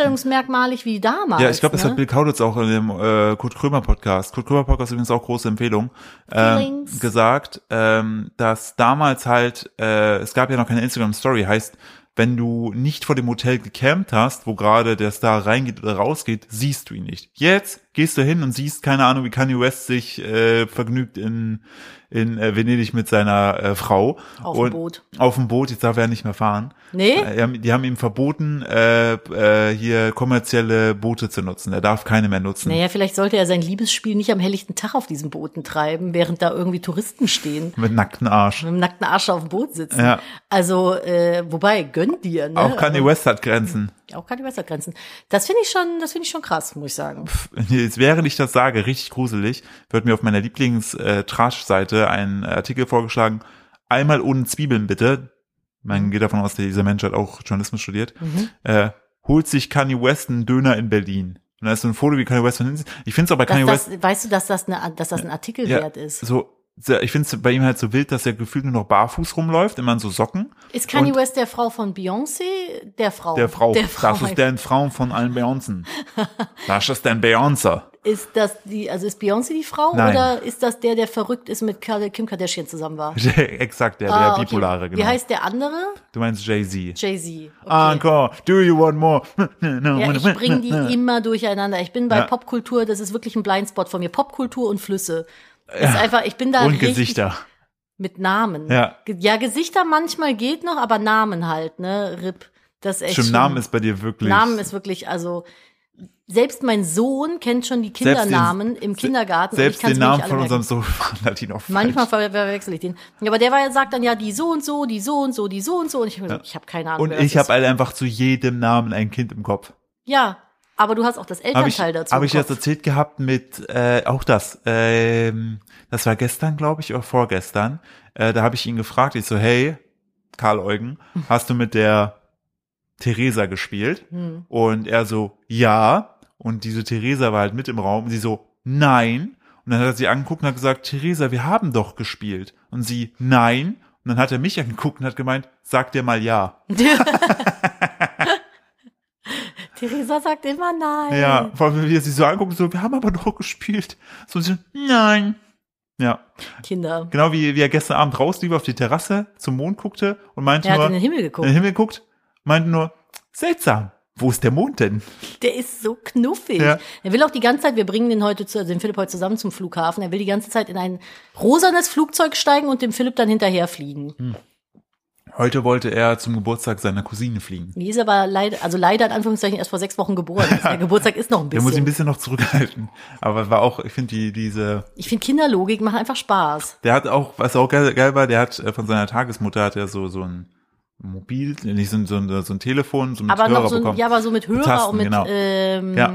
B: alleinstellungsmerkmalig wie damals.
A: Ja, ich glaube, das
B: ne?
A: hat Bill Kaulitz auch in dem äh, Kurt Krömer Podcast. Kurt Krömer Podcast übrigens auch große Empfehlung. Ähm,
B: Feelings.
A: gesagt, ähm, dass damals halt, äh, es gab ja noch keine Instagram Story, heißt, wenn du nicht vor dem Hotel gecampt hast, wo gerade der Star reingeht oder rausgeht, siehst du ihn nicht. Jetzt gehst du hin und siehst, keine Ahnung, wie Kanye West sich äh, vergnügt in, in äh, Venedig mit seiner äh, Frau.
B: Auf dem
A: und
B: Boot.
A: Auf dem Boot, jetzt darf er ja nicht mehr fahren.
B: Nee?
A: Äh, Die haben, die haben ihm verboten, äh, äh, hier kommerzielle Boote zu nutzen. Er darf keine mehr nutzen.
B: Naja, vielleicht sollte er sein Liebesspiel nicht am helllichten Tag auf diesen Booten treiben, während da irgendwie Touristen stehen.
A: Mit nacktem Arsch.
B: Mit dem nackten Arsch auf dem Boot sitzen.
A: Ja.
B: Also, äh, wobei, gönn dir, ne?
A: Auch Kanye West hat Grenzen.
B: Auch keine Wassergrenzen. Das finde ich schon, das finde ich schon krass, muss ich sagen.
A: Pff, Jetzt, während ich das sage, richtig gruselig, wird mir auf meiner Lieblings-Trash-Seite ein Artikel vorgeschlagen. Einmal ohne Zwiebeln bitte. Man geht davon aus, dass dieser Mensch hat auch Journalismus studiert. Äh, holt sich Kanye West einen Döner in Berlin. Und da ist so ein Foto, wie Kanye West von hinten. Ich finde es auch bei Kanye West.
B: Dass das, weißt du, dass das, eine, dass das ein Artikel wert ist?
A: So, sehr- ich finde es bei ihm halt so wild, dass er gefühlt nur noch barfuß rumläuft, immer in so Socken.
B: Ist Kanye
A: Und-
B: West der Frau von Beyoncé? Der Frau.
A: Der Frau.
B: Der Frau.
A: Das ist deren Frauen von allen Beyoncen. Das ist dein Beyoncé.
B: Ist das die, also ist Beyoncé die Frau
A: Nein.
B: oder ist das der, der verrückt ist mit Kar- Kim Kardashian zusammen war?
A: Exakt, der, der
B: Ah, okay.
A: Bipolare, genau. Ah,
B: Wie heißt der andere?
A: du meinst Jay-Z.
B: Jay-Z. Okay.
A: Encore, do you want more? No,
B: Ja,
A: no,
B: ich
A: no,
B: bring die
A: no.
B: immer durcheinander. Ich bin bei
A: Ja.
B: Popkultur, das ist wirklich ein Blindspot von mir. Popkultur und Flüsse. Das ist einfach, ich bin da
A: Und
B: richtig
A: Gesichter.
B: mit Namen.
A: Ja.
B: Ge- ja, Gesichter manchmal geht noch, aber Namen halt, ne? Rip. Das ist echt.
A: Stimmt,
B: schlimm.
A: Namen ist bei dir wirklich.
B: Namen ist wirklich, also selbst mein Sohn kennt schon die
A: den-
B: Kindernamen im Kindergarten. und ich
A: Selbst
B: kann's
A: den
B: mir nicht
A: Namen von
B: alle merken.
A: unserem Sohn hat ihn auch falsch.
B: Manchmal ver verwechsel ich den. Ja, Aber der war, sagt dann ja die so und so, die so und so, die so und so. Und ich, ich habe keine Ahnung.
A: Und
B: wer das
A: ich
B: ist.
A: habe halt einfach zu jedem Namen ein Kind im Kopf.
B: Ja, aber du hast auch das
A: Habe ich,
B: Elternteil dazu.
A: hab ich
B: im
A: das
B: Kopf.
A: erzählt gehabt mit, äh, auch das, ähm, das war gestern, glaube ich, oder vorgestern, äh, da habe ich ihn gefragt, ich so, hey, Karl Eugen,
B: Hm. Hm.
A: hast du mit der Theresa gespielt? Und er so, ja. Und diese Theresa war halt mit im Raum und sie so, nein. Und dann hat er sie angeguckt und hat gesagt, Theresa, wir haben doch gespielt. Und sie, nein. Und dann hat er mich angeguckt und hat gemeint, sag dir mal ja.
B: Theresa sagt immer nein.
A: Ja, vor allem, wie er sie so anguckt, so, wir haben aber doch gespielt. So, sie, nein. Ja,
B: Kinder.
A: genau wie, wie er gestern Abend rauslief auf die Terrasse zum Mond guckte und meinte
B: Er hat
A: nur,
B: in den Himmel
A: in den
B: geguckt.
A: Himmel guckt, meinte nur, seltsam, wo ist der Mond denn?
B: Der ist so knuffig.
A: Ja.
B: Er will auch die ganze Zeit, wir bringen den heute zu, also den Philipp heute zusammen zum Flughafen. Er will die ganze Zeit in ein rosanes Flugzeug steigen und dem Philipp dann hinterher fliegen.
A: Hm. Heute wollte er zum Geburtstag seiner Cousine fliegen.
B: Die ist aber leider, also leider in Anführungszeichen erst vor sechs Wochen geboren. Also Der Geburtstag ist noch ein
A: Der
B: bisschen.
A: muss ihn ein bisschen noch zurückhalten. Aber war auch, ich finde, die, diese,
B: ich finde Kinderlogik macht einfach Spaß.
A: der hat auch, was auch geil, geil war, der hat äh, von seiner Tagesmutter hat er so, so ein Mobil, nicht so, ein- so, ein- so ein Telefon, so ein
B: Aber
A: Hörer
B: noch so, ein-
A: bekommen.
B: ja, aber so mit Hörer
A: Tasten,
B: und mit
A: genau.
B: ähm,
A: Ja.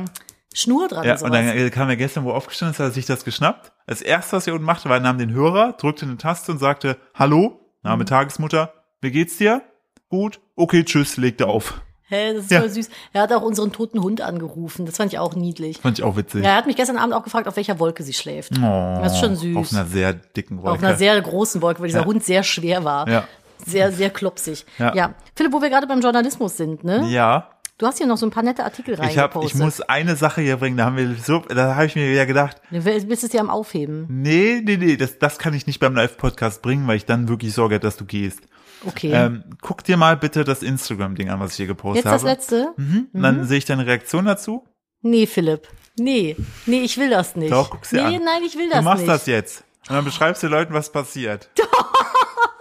B: Schnur dran.
A: Ja,
B: und sowas.
A: und dann kam er gestern, wo er aufgestanden ist, hat er sich das geschnappt. Als erstes, was er unten machte, war, er nahm den Hörer, drückte eine Taste und sagte, Hallo,
B: Mhm.
A: Name Tagesmutter, wie geht's dir? Gut, okay, tschüss, legte auf.
B: Hä, das ist
A: Ja.
B: voll süß. Er hat auch unseren toten Hund angerufen. Das fand ich auch niedlich.
A: Fand ich auch witzig.
B: Ja, er hat mich gestern Abend auch gefragt, auf welcher Wolke sie schläft.
A: Oh,
B: Das ist schon süß.
A: Auf einer sehr dicken Wolke.
B: Auf einer sehr großen Wolke, weil dieser
A: Ja.
B: Hund sehr schwer war.
A: Ja.
B: Sehr, sehr klopsig.
A: Ja.
B: Ja. Philipp, wo wir gerade beim Journalismus sind, ne?
A: ja,
B: Du hast hier noch so ein paar nette Artikel
A: ich, hab,
B: reingepostet.
A: ich muss eine Sache hier bringen, da haben wir so, da habe ich mir ja gedacht,
B: Du bist es dir am Aufheben.
A: nee, nee, nee, das, das kann ich nicht beim Live-Podcast bringen, weil ich dann wirklich Sorge hätte, dass du gehst.
B: Okay.
A: Ähm, guck dir mal bitte das Instagram-Ding an, was ich hier gepostet
B: Mhm. Jetzt das
A: habe.
B: letzte?
A: Mhm. Und Dann sehe ich deine Reaktion dazu.
B: Nee, Philipp. Nee. Nee, ich will das nicht.
A: Doch, guck's dir
B: nee,
A: an.
B: nein, ich will das
A: Du machst
B: nicht.
A: das jetzt. Und dann beschreibst du Leuten, was passiert.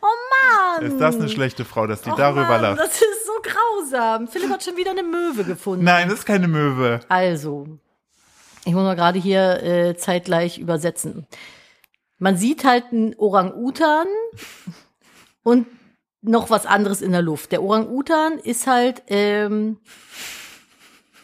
B: oh Mann!
A: Ist das eine schlechte Frau, dass die
B: Och
A: darüber
B: Oh Mann,
A: lacht?
B: Das ist so grausam. Philipp hat schon wieder eine Möwe gefunden.
A: Nein, das ist keine Möwe.
B: Also, ich muss mal gerade hier äh, zeitgleich übersetzen. Man sieht halt einen Orang-Utan und noch was anderes in der Luft. Der Orang-Utan ist halt ähm,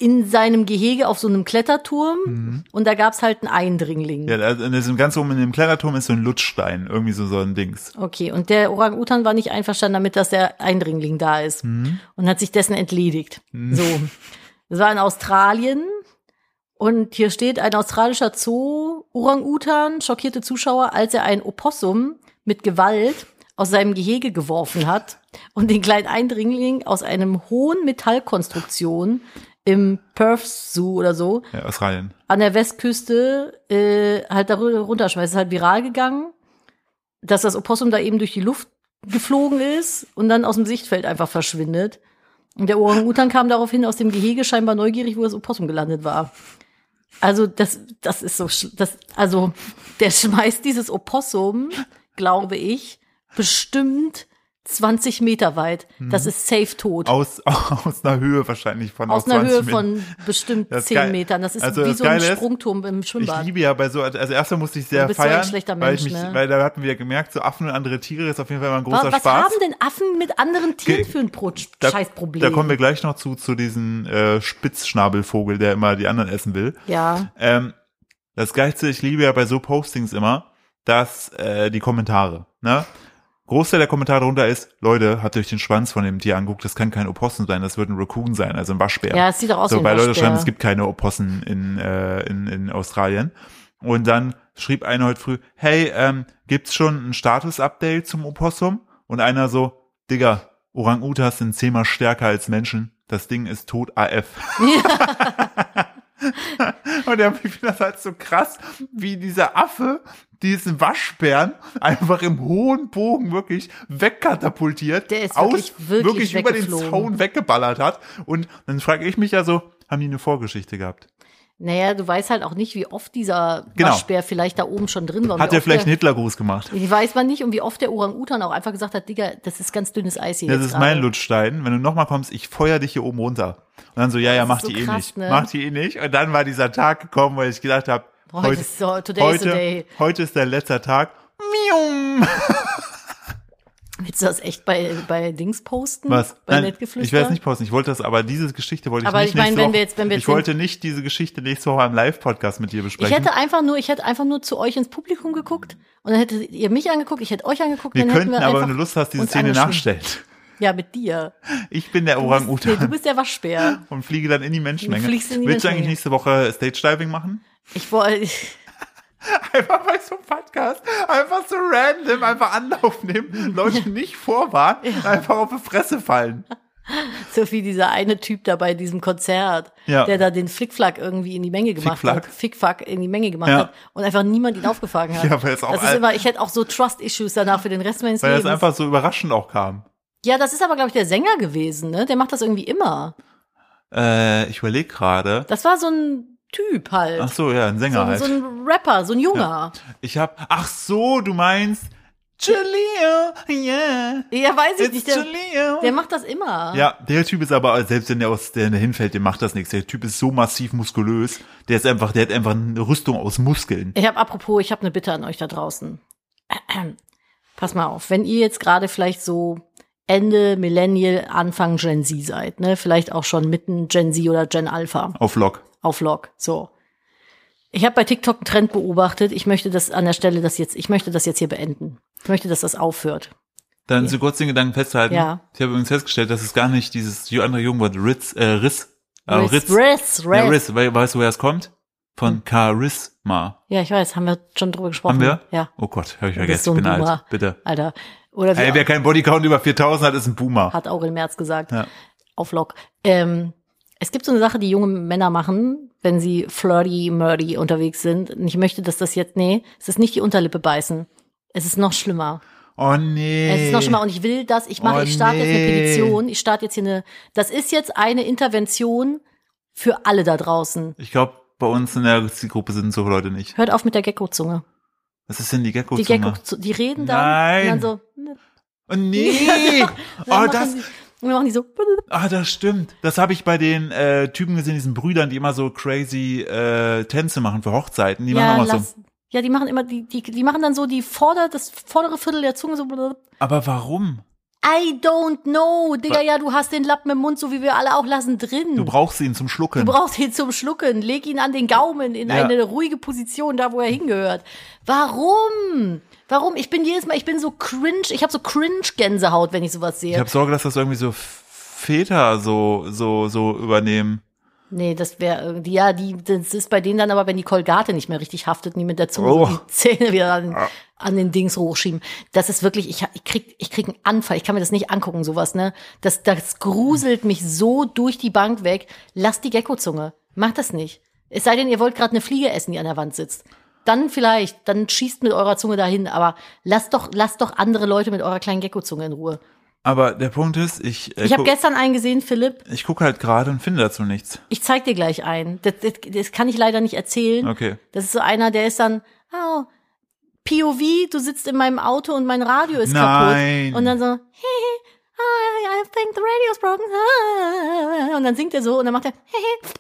B: in seinem Gehege auf so einem Kletterturm
A: Mhm.
B: und da gab's halt einen Eindringling.
A: Ja, also in diesem- ganz oben in dem Kletterturm ist so ein Lutschstein, irgendwie so, so ein Dings.
B: Okay, und der Orang-Utan war nicht einverstanden damit, dass der Eindringling da ist und hat sich dessen entledigt. So, das war in Australien und hier steht ein australischer Zoo, Orang-Utan schockierte Zuschauer, als er ein Opossum mit Gewalt aus seinem Gehege geworfen hat und den kleinen Eindringling aus einem hohen Metallkonstruktion im Perth Zoo oder so
A: Ja, Australien.
B: an der Westküste äh, halt darüber runterschmeißt. Es ist halt viral gegangen, dass das Opossum da eben durch die Luft geflogen ist und dann aus dem Sichtfeld einfach verschwindet. Und der Orang-Utan kam daraufhin aus dem Gehege scheinbar neugierig, wo das Opossum gelandet war. Also das, das ist so, sch- das, also der schmeißt dieses Opossum, glaube ich, bestimmt 20 Meter weit.
A: Mhm.
B: Das ist safe tot.
A: Aus, aus einer Höhe wahrscheinlich von
B: Aus einer
A: 20
B: Höhe
A: Metern.
B: von bestimmt
A: Das ist
B: 10
A: geil.
B: Metern. Das ist
A: Also
B: wie
A: das
B: so ein
A: Geile ist,
B: Sprungturm im Schwimmbad.
A: Ich liebe ja bei so, also erstmal musste ich sehr
B: Du bist so ein
A: feiern,
B: schlechter
A: weil, ich
B: Mensch,
A: mich,
B: ne?
A: weil da hatten wir ja gemerkt, so Affen und andere Tiere ist auf jeden Fall immer ein großer
B: Wa- was
A: Spaß.
B: haben denn Affen mit anderen Tieren
A: Ge-
B: für ein Pro Scheißproblem?
A: Da kommen wir gleich noch zu, zu diesem äh, Spitzschnabelvogel, der immer die anderen essen will.
B: ja,
A: Ähm, das Geilste, ich liebe ja bei so Postings immer, dass äh, die Kommentare, ne? Großteil der Kommentare runter ist, Leute, habt ihr euch den Schwanz von dem Tier anguckt, das kann kein Opossum sein, das wird ein Raccoon sein, also ein Waschbär.
B: ja, es sieht doch aus wie
A: So,
B: ein
A: weil Leute
B: Waschbär.
A: schreiben, es gibt keine Opossen in, äh, in, in Australien. Und dann schrieb einer heute früh, hey, ähm, gibt's schon ein Status-Update zum Opossum? Und einer so, Digga, Orang-Utas sind zehnmal stärker als Menschen. Das Ding ist tot AF. Und er ich finde das halt so krass, wie dieser Affe diesen Waschbären einfach im hohen Bogen wirklich wegkatapultiert,
B: Der ist wirklich, wirklich
A: über den
B: weggeflogen.
A: Zaun weggeballert hat. Und dann frage ich mich ja so, haben die eine Vorgeschichte gehabt?
B: Naja, du weißt halt auch nicht, wie oft dieser
A: Genau.
B: Waschbär vielleicht da oben schon drin war. und
A: Hat
B: wie
A: er
B: oft
A: vielleicht einen Hitlergruß gemacht?
B: der, Weiß man nicht und wie oft der Orang-Utan auch einfach gesagt hat, Digga, das ist ganz dünnes Eis hier.
A: Das
B: jetzt
A: ist
B: gerade.
A: mein Lutschstein. Wenn du nochmal kommst, ich feuer dich hier oben runter. Und dann so, ja, ja,
B: Das
A: mach
B: ist so
A: die eh
B: krass,
A: nicht.
B: ne?
A: Mach die eh nicht. Und dann war dieser Tag gekommen, weil ich gedacht habe,
B: Heute
A: heute,
B: ist so- today is the
A: heute,
B: day.
A: heute ist der letzte Tag. Mium.
B: Willst du das echt bei, bei Dings posten?
A: Was?
B: Bei
A: Nein,
B: Nettgeflüster?
A: ich werde es nicht posten. Ich wollte das, aber diese Geschichte wollte ich
B: Aber
A: nicht
B: ich meine,
A: nächste
B: wenn
A: Woche-
B: wir jetzt- wenn wir
A: Ich
B: jetzt den-
A: wollte nicht diese Geschichte nächste Woche im Live-Podcast mit dir
B: Ich
A: besprechen.
B: hätte einfach nur, ich hätte einfach nur zu euch ins Publikum geguckt und dann hättet ihr mich angeguckt, ich hätte euch angeguckt,
A: wir
B: dann hätten
A: könnten
B: wir
A: aber,
B: einfach
A: wenn du Lust hast, diese
B: uns
A: Szene
B: angeschrieben.
A: nachstellen.
B: Ja, mit dir.
A: Ich bin der
B: Du bist, nee, du
A: Orang-Utan
B: bist der Waschbär.
A: und fliege dann in die Menschenmenge.
B: Du fliegst in die
A: Willst du
B: Menschenmenge.
A: eigentlich nächste Woche Stage-Diving machen?
B: Ich wollte,
A: Einfach bei so einem Podcast, einfach so random, einfach Anlauf nehmen, Leute nicht vorwarnen, einfach auf die Fresse fallen.
B: so wie dieser eine Typ da bei diesem Konzert,
A: Ja.
B: der da den Flickflack irgendwie in die Menge gemacht
A: Flickflack?
B: hat. Fickflack in die Menge gemacht
A: Ja.
B: hat und einfach niemand ihn aufgefangen hat.
A: Ja, weil es auch
B: das ist
A: all-
B: immer, ich hätte auch so Trust-Issues danach für den Rest meines
A: Weil das
B: Lebens.
A: einfach so überraschend auch kam.
B: ja, das ist aber, glaube ich, der Sänger gewesen, ne? Der macht das irgendwie immer.
A: Äh, ich überlege gerade.
B: Das war so ein Typ halt.
A: Ach so, ja, ein Sänger
B: so, ein-
A: halt.
B: so ein Rapper, so ein Junger.
A: Ich hab, ach so, du meinst Jaleel, yeah,
B: Ja, weiß ich
A: it's
B: nicht. Der,
A: Jaleel.
B: der macht das immer.
A: ja, der Typ ist aber, selbst wenn der aus der hinfällt, dem macht das nichts. Der Typ ist so massiv muskulös, der ist einfach, der hat einfach eine Rüstung aus Muskeln.
B: Ich habe apropos, ich habe eine Bitte an euch da draußen. Pass mal auf, wenn ihr jetzt gerade vielleicht so Ende Millennial, Anfang Gen Z seid, ne, vielleicht auch schon mitten Gen Z oder Gen Alpha
A: Auf Lock.
B: auf Log, so. Ich habe bei TikTok einen Trend beobachtet. Ich möchte das an der Stelle das jetzt, ich möchte das jetzt hier beenden. Ich möchte, dass das aufhört.
A: Dann so kurz den Gedanken festhalten.
B: Ja.
A: Ich habe übrigens festgestellt, dass es gar nicht dieses andere Jugendwort Ritz, äh, Riss, äh,
B: Riss,
A: Ritz,
B: Riss,
A: Ja,
B: Riss.
A: Riss. We weißt du, woher es kommt?
B: Hm.
A: Von Charisma.
B: Ja, ich weiß, haben wir schon drüber gesprochen.
A: Haben wir?
B: Ja,
A: Oh Gott, habe ich
B: Du
A: vergessen.
B: bist so ein
A: ich bin
B: Boomer.
A: alt. Bitte.
B: Alter. Oder wie
A: Ey, wer keinen Bodycount über 4000 hat, ist ein Boomer.
B: hat Aurel Merz gesagt.
A: Ja.
B: Auf Lock. Ähm, es gibt so eine Sache, die junge Männer machen, wenn sie flirty, murdy unterwegs sind. Und ich möchte, dass das jetzt, nee, es ist nicht die Unterlippe beißen. Es ist noch schlimmer.
A: Oh nee.
B: Es ist noch schlimmer. Und ich will das, ich mache,
A: Oh,
B: ich starte jetzt eine
A: nee.
B: Petition, ich starte jetzt hier eine, das ist jetzt eine Intervention für alle da draußen.
A: Ich glaube, bei uns in der Zielgruppe sind so Leute nicht.
B: Hört auf mit der Gecko-Zunge.
A: Was ist denn die Gecko
B: Die Gecko, die reden dann.
A: Nein.
B: Und dann so, ne,
A: Oh nee.
B: dann
A: oh,
B: machen
A: das,
B: die- Und dann machen die so,
A: ah, das stimmt. Das habe ich bei den äh, Typen gesehen, diesen Brüdern, die immer so crazy äh, Tänze machen für Hochzeiten. Die
B: ja,
A: machen auch mal so.
B: lass, ja, die machen immer, die, die, die machen dann so die vorder, das vordere Viertel der Zunge so,
A: Aber warum?
B: I don't know, Digga, ja, du hast den Lappen im Mund, so wie wir alle auch lassen, drin.
A: Du brauchst ihn zum Schlucken.
B: Hm. Du brauchst ihn zum Schlucken, leg ihn an den Gaumen in
A: Ja.
B: eine ruhige Position, da wo er hingehört. Warum? Warum? Ich bin jedes Mal, ich bin so cringe, ich habe so cringe Gänsehaut, wenn ich sowas
A: ich
B: sehe.
A: habe Sorge, dass das irgendwie so F- Väter so so so übernehmen.
B: Nee, das wäre irgendwie, ja, die, das ist bei denen dann aber, wenn die Kolgate nicht mehr richtig haftet und die mit der Zunge so
A: Oh.
B: die Zähne wieder an, an den Dings hochschieben. Das ist wirklich, ich, ha- ich krieg, ich krieg einen Anfall, ich kann mir das nicht angucken, sowas, ne? Das, das gruselt mich so durch die Bank weg. Lasst die Geckozunge. Macht das nicht. Es sei denn, ihr wollt gerade eine Fliege essen, die an der Wand sitzt. Dann vielleicht, dann schießt mit eurer Zunge dahin, aber lasst doch, lasst doch andere Leute mit eurer kleinen Geckozunge in Ruhe.
A: Aber der Punkt ist, ich äh,
B: Ich habe
A: guck-
B: gestern einen gesehen, Philipp,
A: ich gucke halt gerade und finde dazu nichts.
B: ich zeig dir gleich einen. Das, das, das kann ich leider nicht erzählen.
A: Okay.
B: Das ist so einer, der ist dann, oh, POV, du sitzt in meinem Auto und mein Radio ist
A: Nein.
B: kaputt. Und dann so, hey, I, I think the radio's broken. Ah. Und dann singt er so und dann macht er, hey.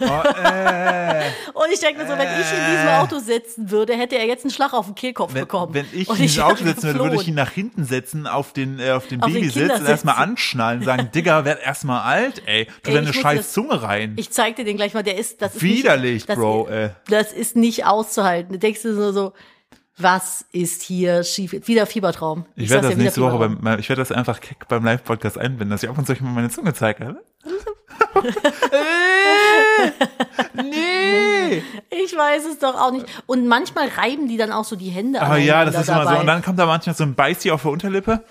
A: Oh, äh,
B: Und ich denke mir so, wenn ich in diesem Auto sitzen würde, hätte er jetzt einen Schlag auf den Kehlkopf
A: wenn,
B: bekommen.
A: wenn ich
B: Und
A: ins Auto
B: wäre
A: setzen würde, würde ich ihn
B: geflohen.
A: nach hinten setzen, auf den, äh, auf den
B: Auf den
A: Babysitz und
B: Kindersitz.
A: erstmal anschnallen und sagen, Digga, werd erstmal alt, ey. Du
B: Ey, ich
A: deine
B: muss
A: scheiß
B: das-
A: Zunge rein.
B: Ich zeig dir den gleich mal, der ist, das ist
A: Widerlich,
B: nicht, das,
A: Bro, ey.
B: Das ist nicht auszuhalten. Da denkst du so, so, was ist hier schief? Wieder Fiebertraum.
A: Ich, werde
B: sag's
A: das
B: dir, wieder
A: nächste Woche
B: Fiebertraum.
A: beim, beim- ich werde das einfach keck beim Live-Podcast einbinden, dass ich ab und zu mal meine Zunge zeige, oder? Äh, nee!
B: Ich weiß es doch auch nicht. Und manchmal reiben die dann auch so die Hände
A: Aber Ah, ja, das
B: aneinander
A: ist immer so.
B: dabei.
A: Und dann kommt da manchmal so ein Beißi auf der Unterlippe.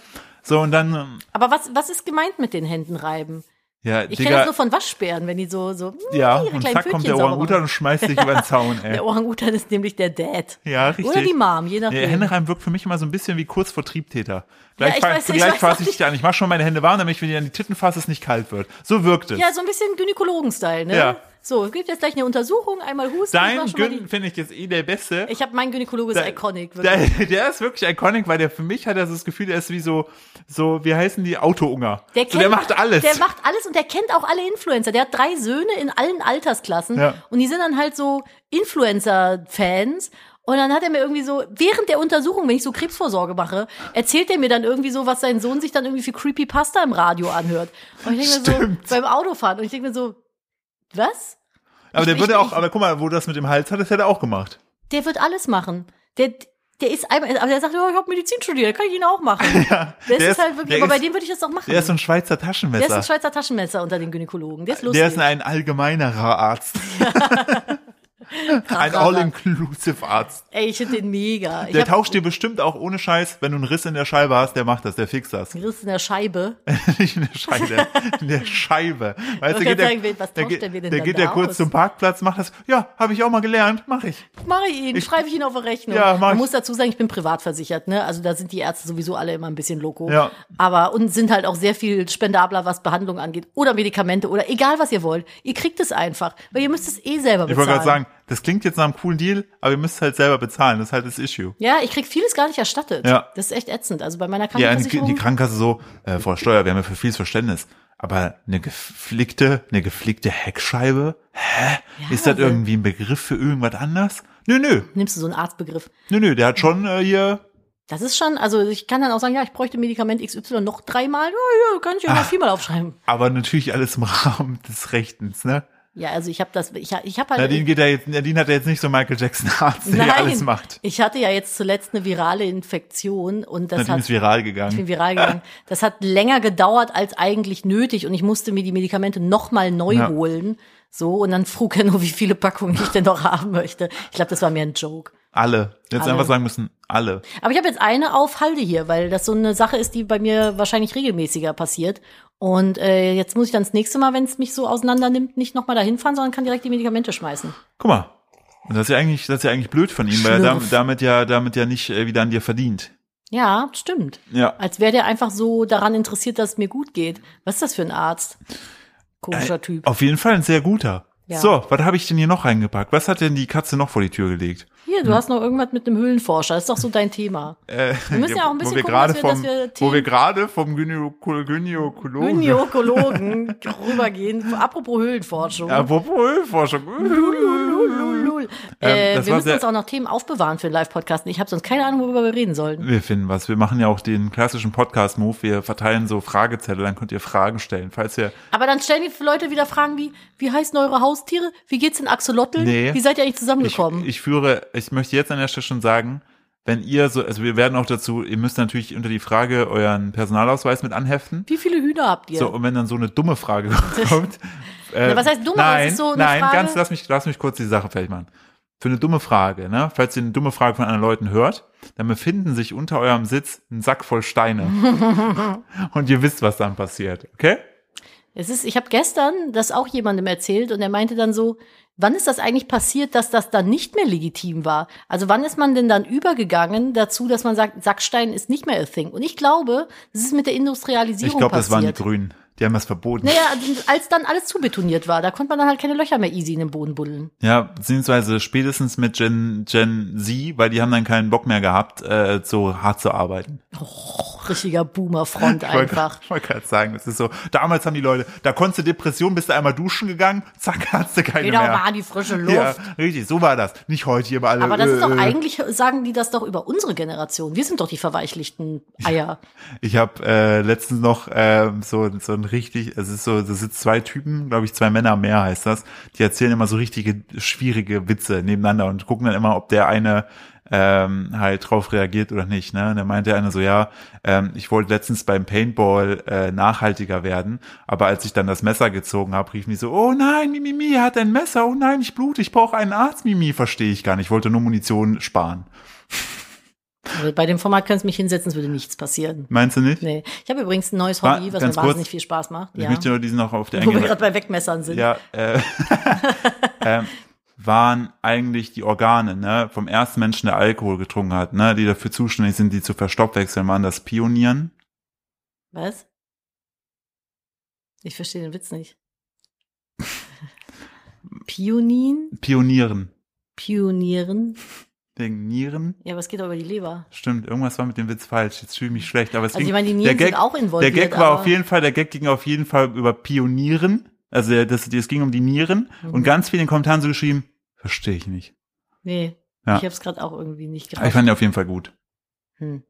A: So, und dann, ähm,
B: Aber was, was ist gemeint mit den Händen reiben?
A: ja,
B: Ich kenne das
A: Digga,
B: nur von Waschbären, wenn die so, so mm,
A: ja,
B: ihre
A: und
B: kleinen
A: zack
B: Pfötchen
A: kommt der
B: sauber
A: Orang-Utan
B: machen.
A: und schmeißt dich über den Zaun, ey.
B: Der Orang-Utan ist nämlich der Dad.
A: Ja, richtig.
B: Oder die Mom, je
A: Nee,
B: nachdem.
A: Händereim wirkt für mich immer so ein bisschen wie kurz vor Triebtäter. Gleich,
B: ich
A: fa-
B: weiß- ich
A: gleich
B: weiß auch
A: fasse ich
B: nicht.
A: dich an. Ich mache schon meine Hände warm, damit ich, wenn ich an die Titten fasse, es nicht kalt wird. So wirkt es.
B: Ja, so ein bisschen Gynäkologen-Style, ne?
A: Ja.
B: So, es gibt jetzt gleich eine Untersuchung, einmal husten. ich mach
A: Dein
B: schon mal
A: Gün
B: die-
A: finde ich jetzt eh der Beste.
B: Ich habe mein Gynäkologe ist
A: Da-
B: iconic.
A: der,
B: Wirklich.
A: der ist wirklich iconic, weil der für mich hat er so das Gefühl, er ist wie so, so, wie heißen die Autounger. so, der macht alles.
B: Der macht alles und der kennt auch alle Influencer. Der hat drei Söhne in allen Altersklassen
A: Ja.
B: und die sind dann halt so Influencer-Fans. Und dann hat er mir irgendwie so, während der Untersuchung, wenn ich so Krebsvorsorge mache, erzählt er mir dann irgendwie so, was sein Sohn sich dann irgendwie für Creepypasta im Radio anhört. Und ich denke mir
A: Stimmt.
B: so, beim Autofahren. Und ich denke mir so, was?
A: aber der
B: ich-
A: würde
B: ich-
A: auch, aber guck mal, wo du das mit dem Hals hat, das hätte er auch gemacht.
B: Der wird alles machen. Der, der ist einmal, aber der sagt, ja, ich habe Medizin studiert, kann ich ihn auch machen.
A: Ja, der
B: Das ist,
A: ist-
B: halt wirklich,
A: der
B: aber bei
A: ist-
B: dem würde ich das auch machen.
A: Der ist so ein Schweizer Taschenmesser.
B: Der ist ein Schweizer Taschenmesser unter den Gynäkologen. Der ist lustig.
A: Der ist ein allgemeinerer Arzt. ein all-inclusive Arzt.
B: Ey, ich finde den mega. Ich
A: Der
B: habe
A: tauscht dir bestimmt auch ohne Scheiß, wenn du einen Riss in der Scheibe hast, der macht das, der fixt das.
B: Riss in der Scheibe.
A: Nicht in der Scheibe. In der Scheibe. Weißt du,
B: wollte
A: geht
B: gerade
A: der,
B: sagen, wen- was
A: der,
B: tauscht
A: geht-
B: denn wir denn
A: der
B: dann
A: geht
B: da
A: ja kurz
B: aus?
A: zum Parkplatz, macht das. Ja, habe ich auch mal gelernt, mache ich.
B: Mache ich ihn, schreibe ich ihn auf eine Rechnung.
A: Ja, mach
B: Man
A: ich.
B: muss dazu sagen, ich bin privat versichert, ne? Also da sind die Ärzte sowieso alle immer ein bisschen loko.
A: Ja.
B: Aber und sind halt auch sehr viel spendabler, was Behandlung angeht oder Medikamente oder egal was ihr wollt. Ihr kriegt es einfach, weil ihr müsst es eh selber bezahlen.
A: Ich wollte gerade sagen, das klingt jetzt nach einem coolen Deal, aber ihr müsst halt selber bezahlen. Das ist halt das Issue.
B: Ja, ich krieg vieles gar nicht erstattet.
A: Ja.
B: Das ist echt ätzend. Also bei meiner
A: Ja, die,
B: Krankenversicherung.
A: die Krankenkasse so, äh, Frau Steuer, wir haben ja für vieles Verständnis. Aber eine geflickte, eine geflickte Heckscheibe? Hä? ist das
B: weil-
A: irgendwie ein Begriff für irgendwas anders? Nö, nö,
B: nimmst du so einen Arztbegriff.
A: nö, nö, der hat schon äh, hier,
B: Das ist schon, also ich kann dann auch sagen, ja, ich bräuchte Medikament XY noch dreimal. Ja, ja, kann ich ja
A: Ah.
B: mal viermal aufschreiben.
A: aber natürlich alles im Rahmen des Rechtens, ne?
B: Ja, also ich habe das, ich, ich habe halt.
A: Nadine geht da jetzt, Nadine hat ja jetzt nicht so einen Michael Jackson Arzt, der
B: Nein,
A: alles macht.
B: ich hatte ja jetzt zuletzt eine virale Infektion und das
A: Nadine
B: hat
A: ist viral
B: ich
A: gegangen.
B: bin viral gegangen. Das hat länger gedauert als eigentlich nötig und ich musste mir die Medikamente nochmal neu
A: Ja.
B: holen. So, und dann frug er nur, wie viele Packungen ich denn noch haben möchte. Ich glaube, das war mir ein Joke.
A: Alle. Jetzt
B: Alle.
A: einfach sagen müssen, alle.
B: Aber ich habe jetzt eine auf Halde hier, weil das so eine Sache ist, die bei mir wahrscheinlich regelmäßiger passiert. Und äh, jetzt muss ich dann das nächste Mal, wenn es mich so auseinander nimmt, nicht nochmal dahin fahren, sondern kann direkt die Medikamente schmeißen.
A: Guck mal. Und das ist ja eigentlich, das ist ja eigentlich blöd von ihm, weil er
B: Schlürf.
A: dam- damit ja, damit ja nicht äh, wieder an dir verdient.
B: Ja, stimmt.
A: Ja.
B: Als wäre der einfach so daran interessiert, dass es mir gut geht. Was ist das für ein Arzt? Komischer Typ.
A: Auf jeden Fall ein sehr guter.
B: Ja.
A: So, was habe ich denn hier noch reingepackt? Was hat denn die Katze noch vor die Tür gelegt?
B: Hier, du hast noch irgendwas mit einem Höhlenforscher. Das ist doch so dein Thema.
A: Oh.
B: wir müssen ja auch ein bisschen
A: wo wir
B: gucken,
A: gerade
B: dass wir,
A: vom,
B: dass wir
A: wo wir
B: Themen
A: gerade vom Gynäko- Gynäkologen.
B: Gynäkologen rübergehen. Apropos Höhlenforschung.
A: Apropos Ölforschung.
B: Lul.
A: Ähm,
B: Äh,
A: das
B: wir
A: war
B: müssen
A: sehr-
B: uns auch noch Themen aufbewahren für den Live-Podcast. Ich habe sonst keine Ahnung, worüber wir reden sollen.
A: Wir finden was. Wir machen ja auch den klassischen Podcast-Move. Wir verteilen so Fragezettel, dann könnt ihr Fragen stellen. Falls ihr,
B: Aber dann stellen die Leute wieder Fragen wie, wie heißen eure Haustiere? Wie geht's in Axolotl?
A: Nee.
B: Wie seid ihr eigentlich
A: ich,
B: zusammengekommen?
A: ich führe, ich möchte jetzt an der Stelle schon sagen, wenn ihr so, also wir werden auch dazu, ihr müsst natürlich unter die Frage euren Personalausweis mit anheften.
B: wie viele Hühner habt ihr?
A: So, und wenn dann so eine dumme Frage kommt. Äh,
B: Na, was heißt dumm, aber es
A: Nein,
B: ist so eine
A: nein,
B: Frage-
A: ganz, lass mich, lass mich kurz die Sache fertig machen. Für eine dumme Frage, ne? Falls ihr eine dumme Frage von anderen Leuten hört, dann befinden sich unter eurem Sitz ein Sack voll Steine. und ihr wisst, was dann passiert, okay?
B: Es ist, ich habe gestern das auch jemandem erzählt und er meinte dann so, wann ist das eigentlich passiert, dass das dann nicht mehr legitim war? Also wann ist man denn dann übergegangen dazu, dass man sagt, Sackstein ist nicht mehr a thing? Und ich glaube, das ist mit der Industrialisierung
A: Ich glaube, das
B: passiert.
A: waren die Grünen. Die haben das verboten.
B: Naja, als dann alles zubetoniert war, da konnte man dann halt keine Löcher mehr easy in den Boden buddeln.
A: Ja, beziehungsweise spätestens mit Gen, Gen Z, weil die haben dann keinen Bock mehr gehabt, äh, so hart zu arbeiten.
B: Och, richtiger Boomer-Front
A: Ich wollte
B: einfach.
A: grad- ich wollte gerade sagen, das ist so. Damals haben die Leute, da konntest du Depression, bist du einmal duschen gegangen, zack, hast du keine
B: Wieder
A: mehr.
B: Genau, war die frische Luft.
A: Ja, richtig, so war das. Nicht heute hier bei alle.
B: Aber das ist doch
A: äh,
B: eigentlich, sagen die das doch über unsere Generation. Wir sind doch die verweichlichten Eier.
A: Ich habe äh, letztens noch ähm, so, so ein richtig, es ist so, das sind zwei Typen, glaube ich, zwei Männer mehr heißt das, die erzählen immer so richtige, schwierige Witze nebeneinander und gucken dann immer, ob der eine ähm, halt drauf reagiert oder nicht. Ne? Und dann meinte der eine so, ja, ähm, ich wollte letztens beim Paintball äh, nachhaltiger werden, aber als ich dann das Messer gezogen habe, rief mich so, oh nein, Mimi, Mimi er hat ein Messer, oh nein, ich blute, ich brauche einen Arzt, Mimi, verstehe ich gar nicht, ich wollte nur Munition sparen.
B: Also bei dem Format könntest du mich hinsetzen, es würde nichts passieren.
A: Meinst du nicht?
B: Nee. Ich habe übrigens ein neues
A: Wa-
B: Hobby, was mir
A: ganz
B: wahnsinnig
A: kurz.
B: viel Spaß macht.
A: Ich
B: Ja.
A: möchte nur diesen noch auf der
B: Wo wir
A: Engel.
B: gerade bei Wegmessern sind.
A: Ja, äh, ähm, waren eigentlich die Organe ne, vom ersten Menschen, der Alkohol getrunken hat, ne, die dafür zuständig sind, die zu verstoffwechseln, waren das Pionieren.
B: Was? Ich verstehe den Witz nicht. Pionin?
A: Pionieren.
B: Pionieren?
A: Wegen Nieren.
B: Ja, was geht doch über die Leber?
A: Stimmt, irgendwas war mit dem Witz falsch. Jetzt fühle ich mich schlecht. Aber es
B: Also
A: ging,
B: ich meine, die Nieren
A: der Gag,
B: sind auch
A: der
B: involviert.
A: Gag war
B: aber-
A: auf jeden Fall, der Gag ging auf jeden Fall über Pionieren. Also der- das, es ging um die Nieren.
B: Mhm. Hm.
A: Und ganz viel in den Kommentaren so geschrieben, verstehe ich nicht.
B: Nee,
A: Ja.
B: ich habe es gerade auch irgendwie nicht
A: Aber ich
B: gerafft.
A: fand ihn auf jeden Fall gut.
B: Hm,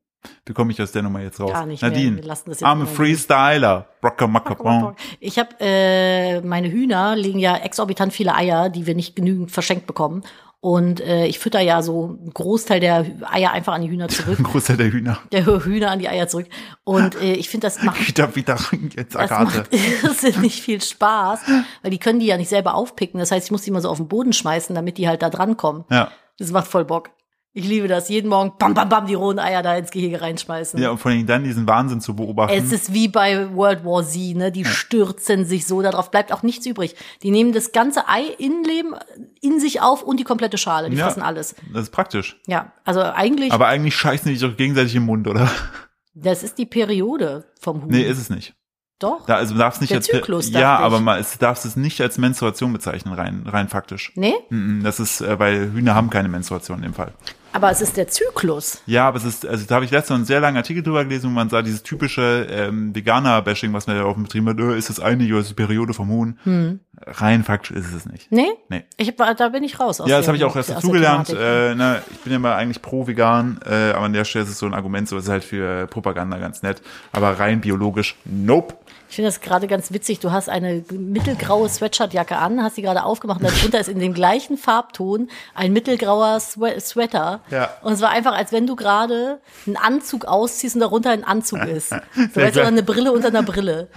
A: Wie komme ich aus der Nummer jetzt raus?
B: gar nicht mehr.
A: Nadine,
B: Wir lassen das jetzt
A: I'm a
B: mal.
A: Freestyler. Rockamuckabong.
B: Ich habe äh, meine Hühner legen ja exorbitant viele Eier, die wir nicht genügend verschenkt bekommen. Und äh, ich fütter ja so einen Großteil der Eier einfach an die Hühner zurück,
A: Ein Großteil der Hühner.
B: der Hühner an die Eier zurück. Und äh, ich finde, das macht
A: Wieder, wieder jetzt
B: das
A: Agathe.
B: macht irrsinnig viel Spaß, weil die können die ja nicht selber aufpicken. Das heißt, ich muss die immer so auf den Boden schmeißen, damit die halt da drankommen.
A: Ja.
B: Das macht voll Bock. Ich liebe das. Jeden Morgen bam, bam, bam, die rohen Eier da ins Gehege reinschmeißen.
A: ja, und vor allem dann diesen Wahnsinn zu beobachten.
B: Es ist wie bei World War Z, ne? Die stürzen sich so, darauf bleibt auch nichts übrig. Die nehmen das ganze Ei Innenleben in sich auf und die komplette Schale. Die
A: Ja.
B: fressen alles.
A: das ist praktisch.
B: Ja, also eigentlich,
A: Aber eigentlich scheißen die sich doch gegenseitig im Mund, oder?
B: das ist die Periode vom Huhn.
A: Nee, ist es nicht.
B: Doch.
A: Da, also darfst nicht
B: Der
A: als
B: Zyklus,
A: ja,
B: dachte ich.
A: aber mal, es darfst es nicht als Menstruation bezeichnen, rein, rein faktisch.
B: nee,
A: Mhm, Das ist, äh, weil Hühner haben keine Menstruation in dem Fall.
B: aber es ist der Zyklus.
A: Ja, aber es ist, also da habe ich letztens einen sehr langen Artikel drüber gelesen, wo man sah, dieses typische ähm, Veganer-Bashing, was man ja auf dem Betrieb hat, äh, ist das eine oder ist die Periode vom Huhn?
B: Hm.
A: Rein faktisch ist es nicht.
B: Nee?
A: Nee.
B: Ich, war- da bin ich raus. Aus
A: Ja, das
B: dem-
A: habe ich auch erst
B: aus der
A: dazugelernt.
B: Thematik.
A: Äh, na, ich bin ja mal eigentlich pro vegan, äh, aber an der Stelle ist es so ein Argument, so ist halt für Propaganda ganz nett. Aber rein biologisch, nope.
B: Ich finde das gerade ganz witzig. Du hast eine mittelgraue Sweatshirtjacke an, hast sie gerade aufgemacht und darunter ist in dem gleichen Farbton ein mittelgrauer Swe Sweater.
A: Ja.
B: Und es war einfach, als wenn du gerade einen Anzug ausziehst und darunter ein Anzug ist. So, weißt du,
A: klar.
B: oder eine Brille unter einer Brille.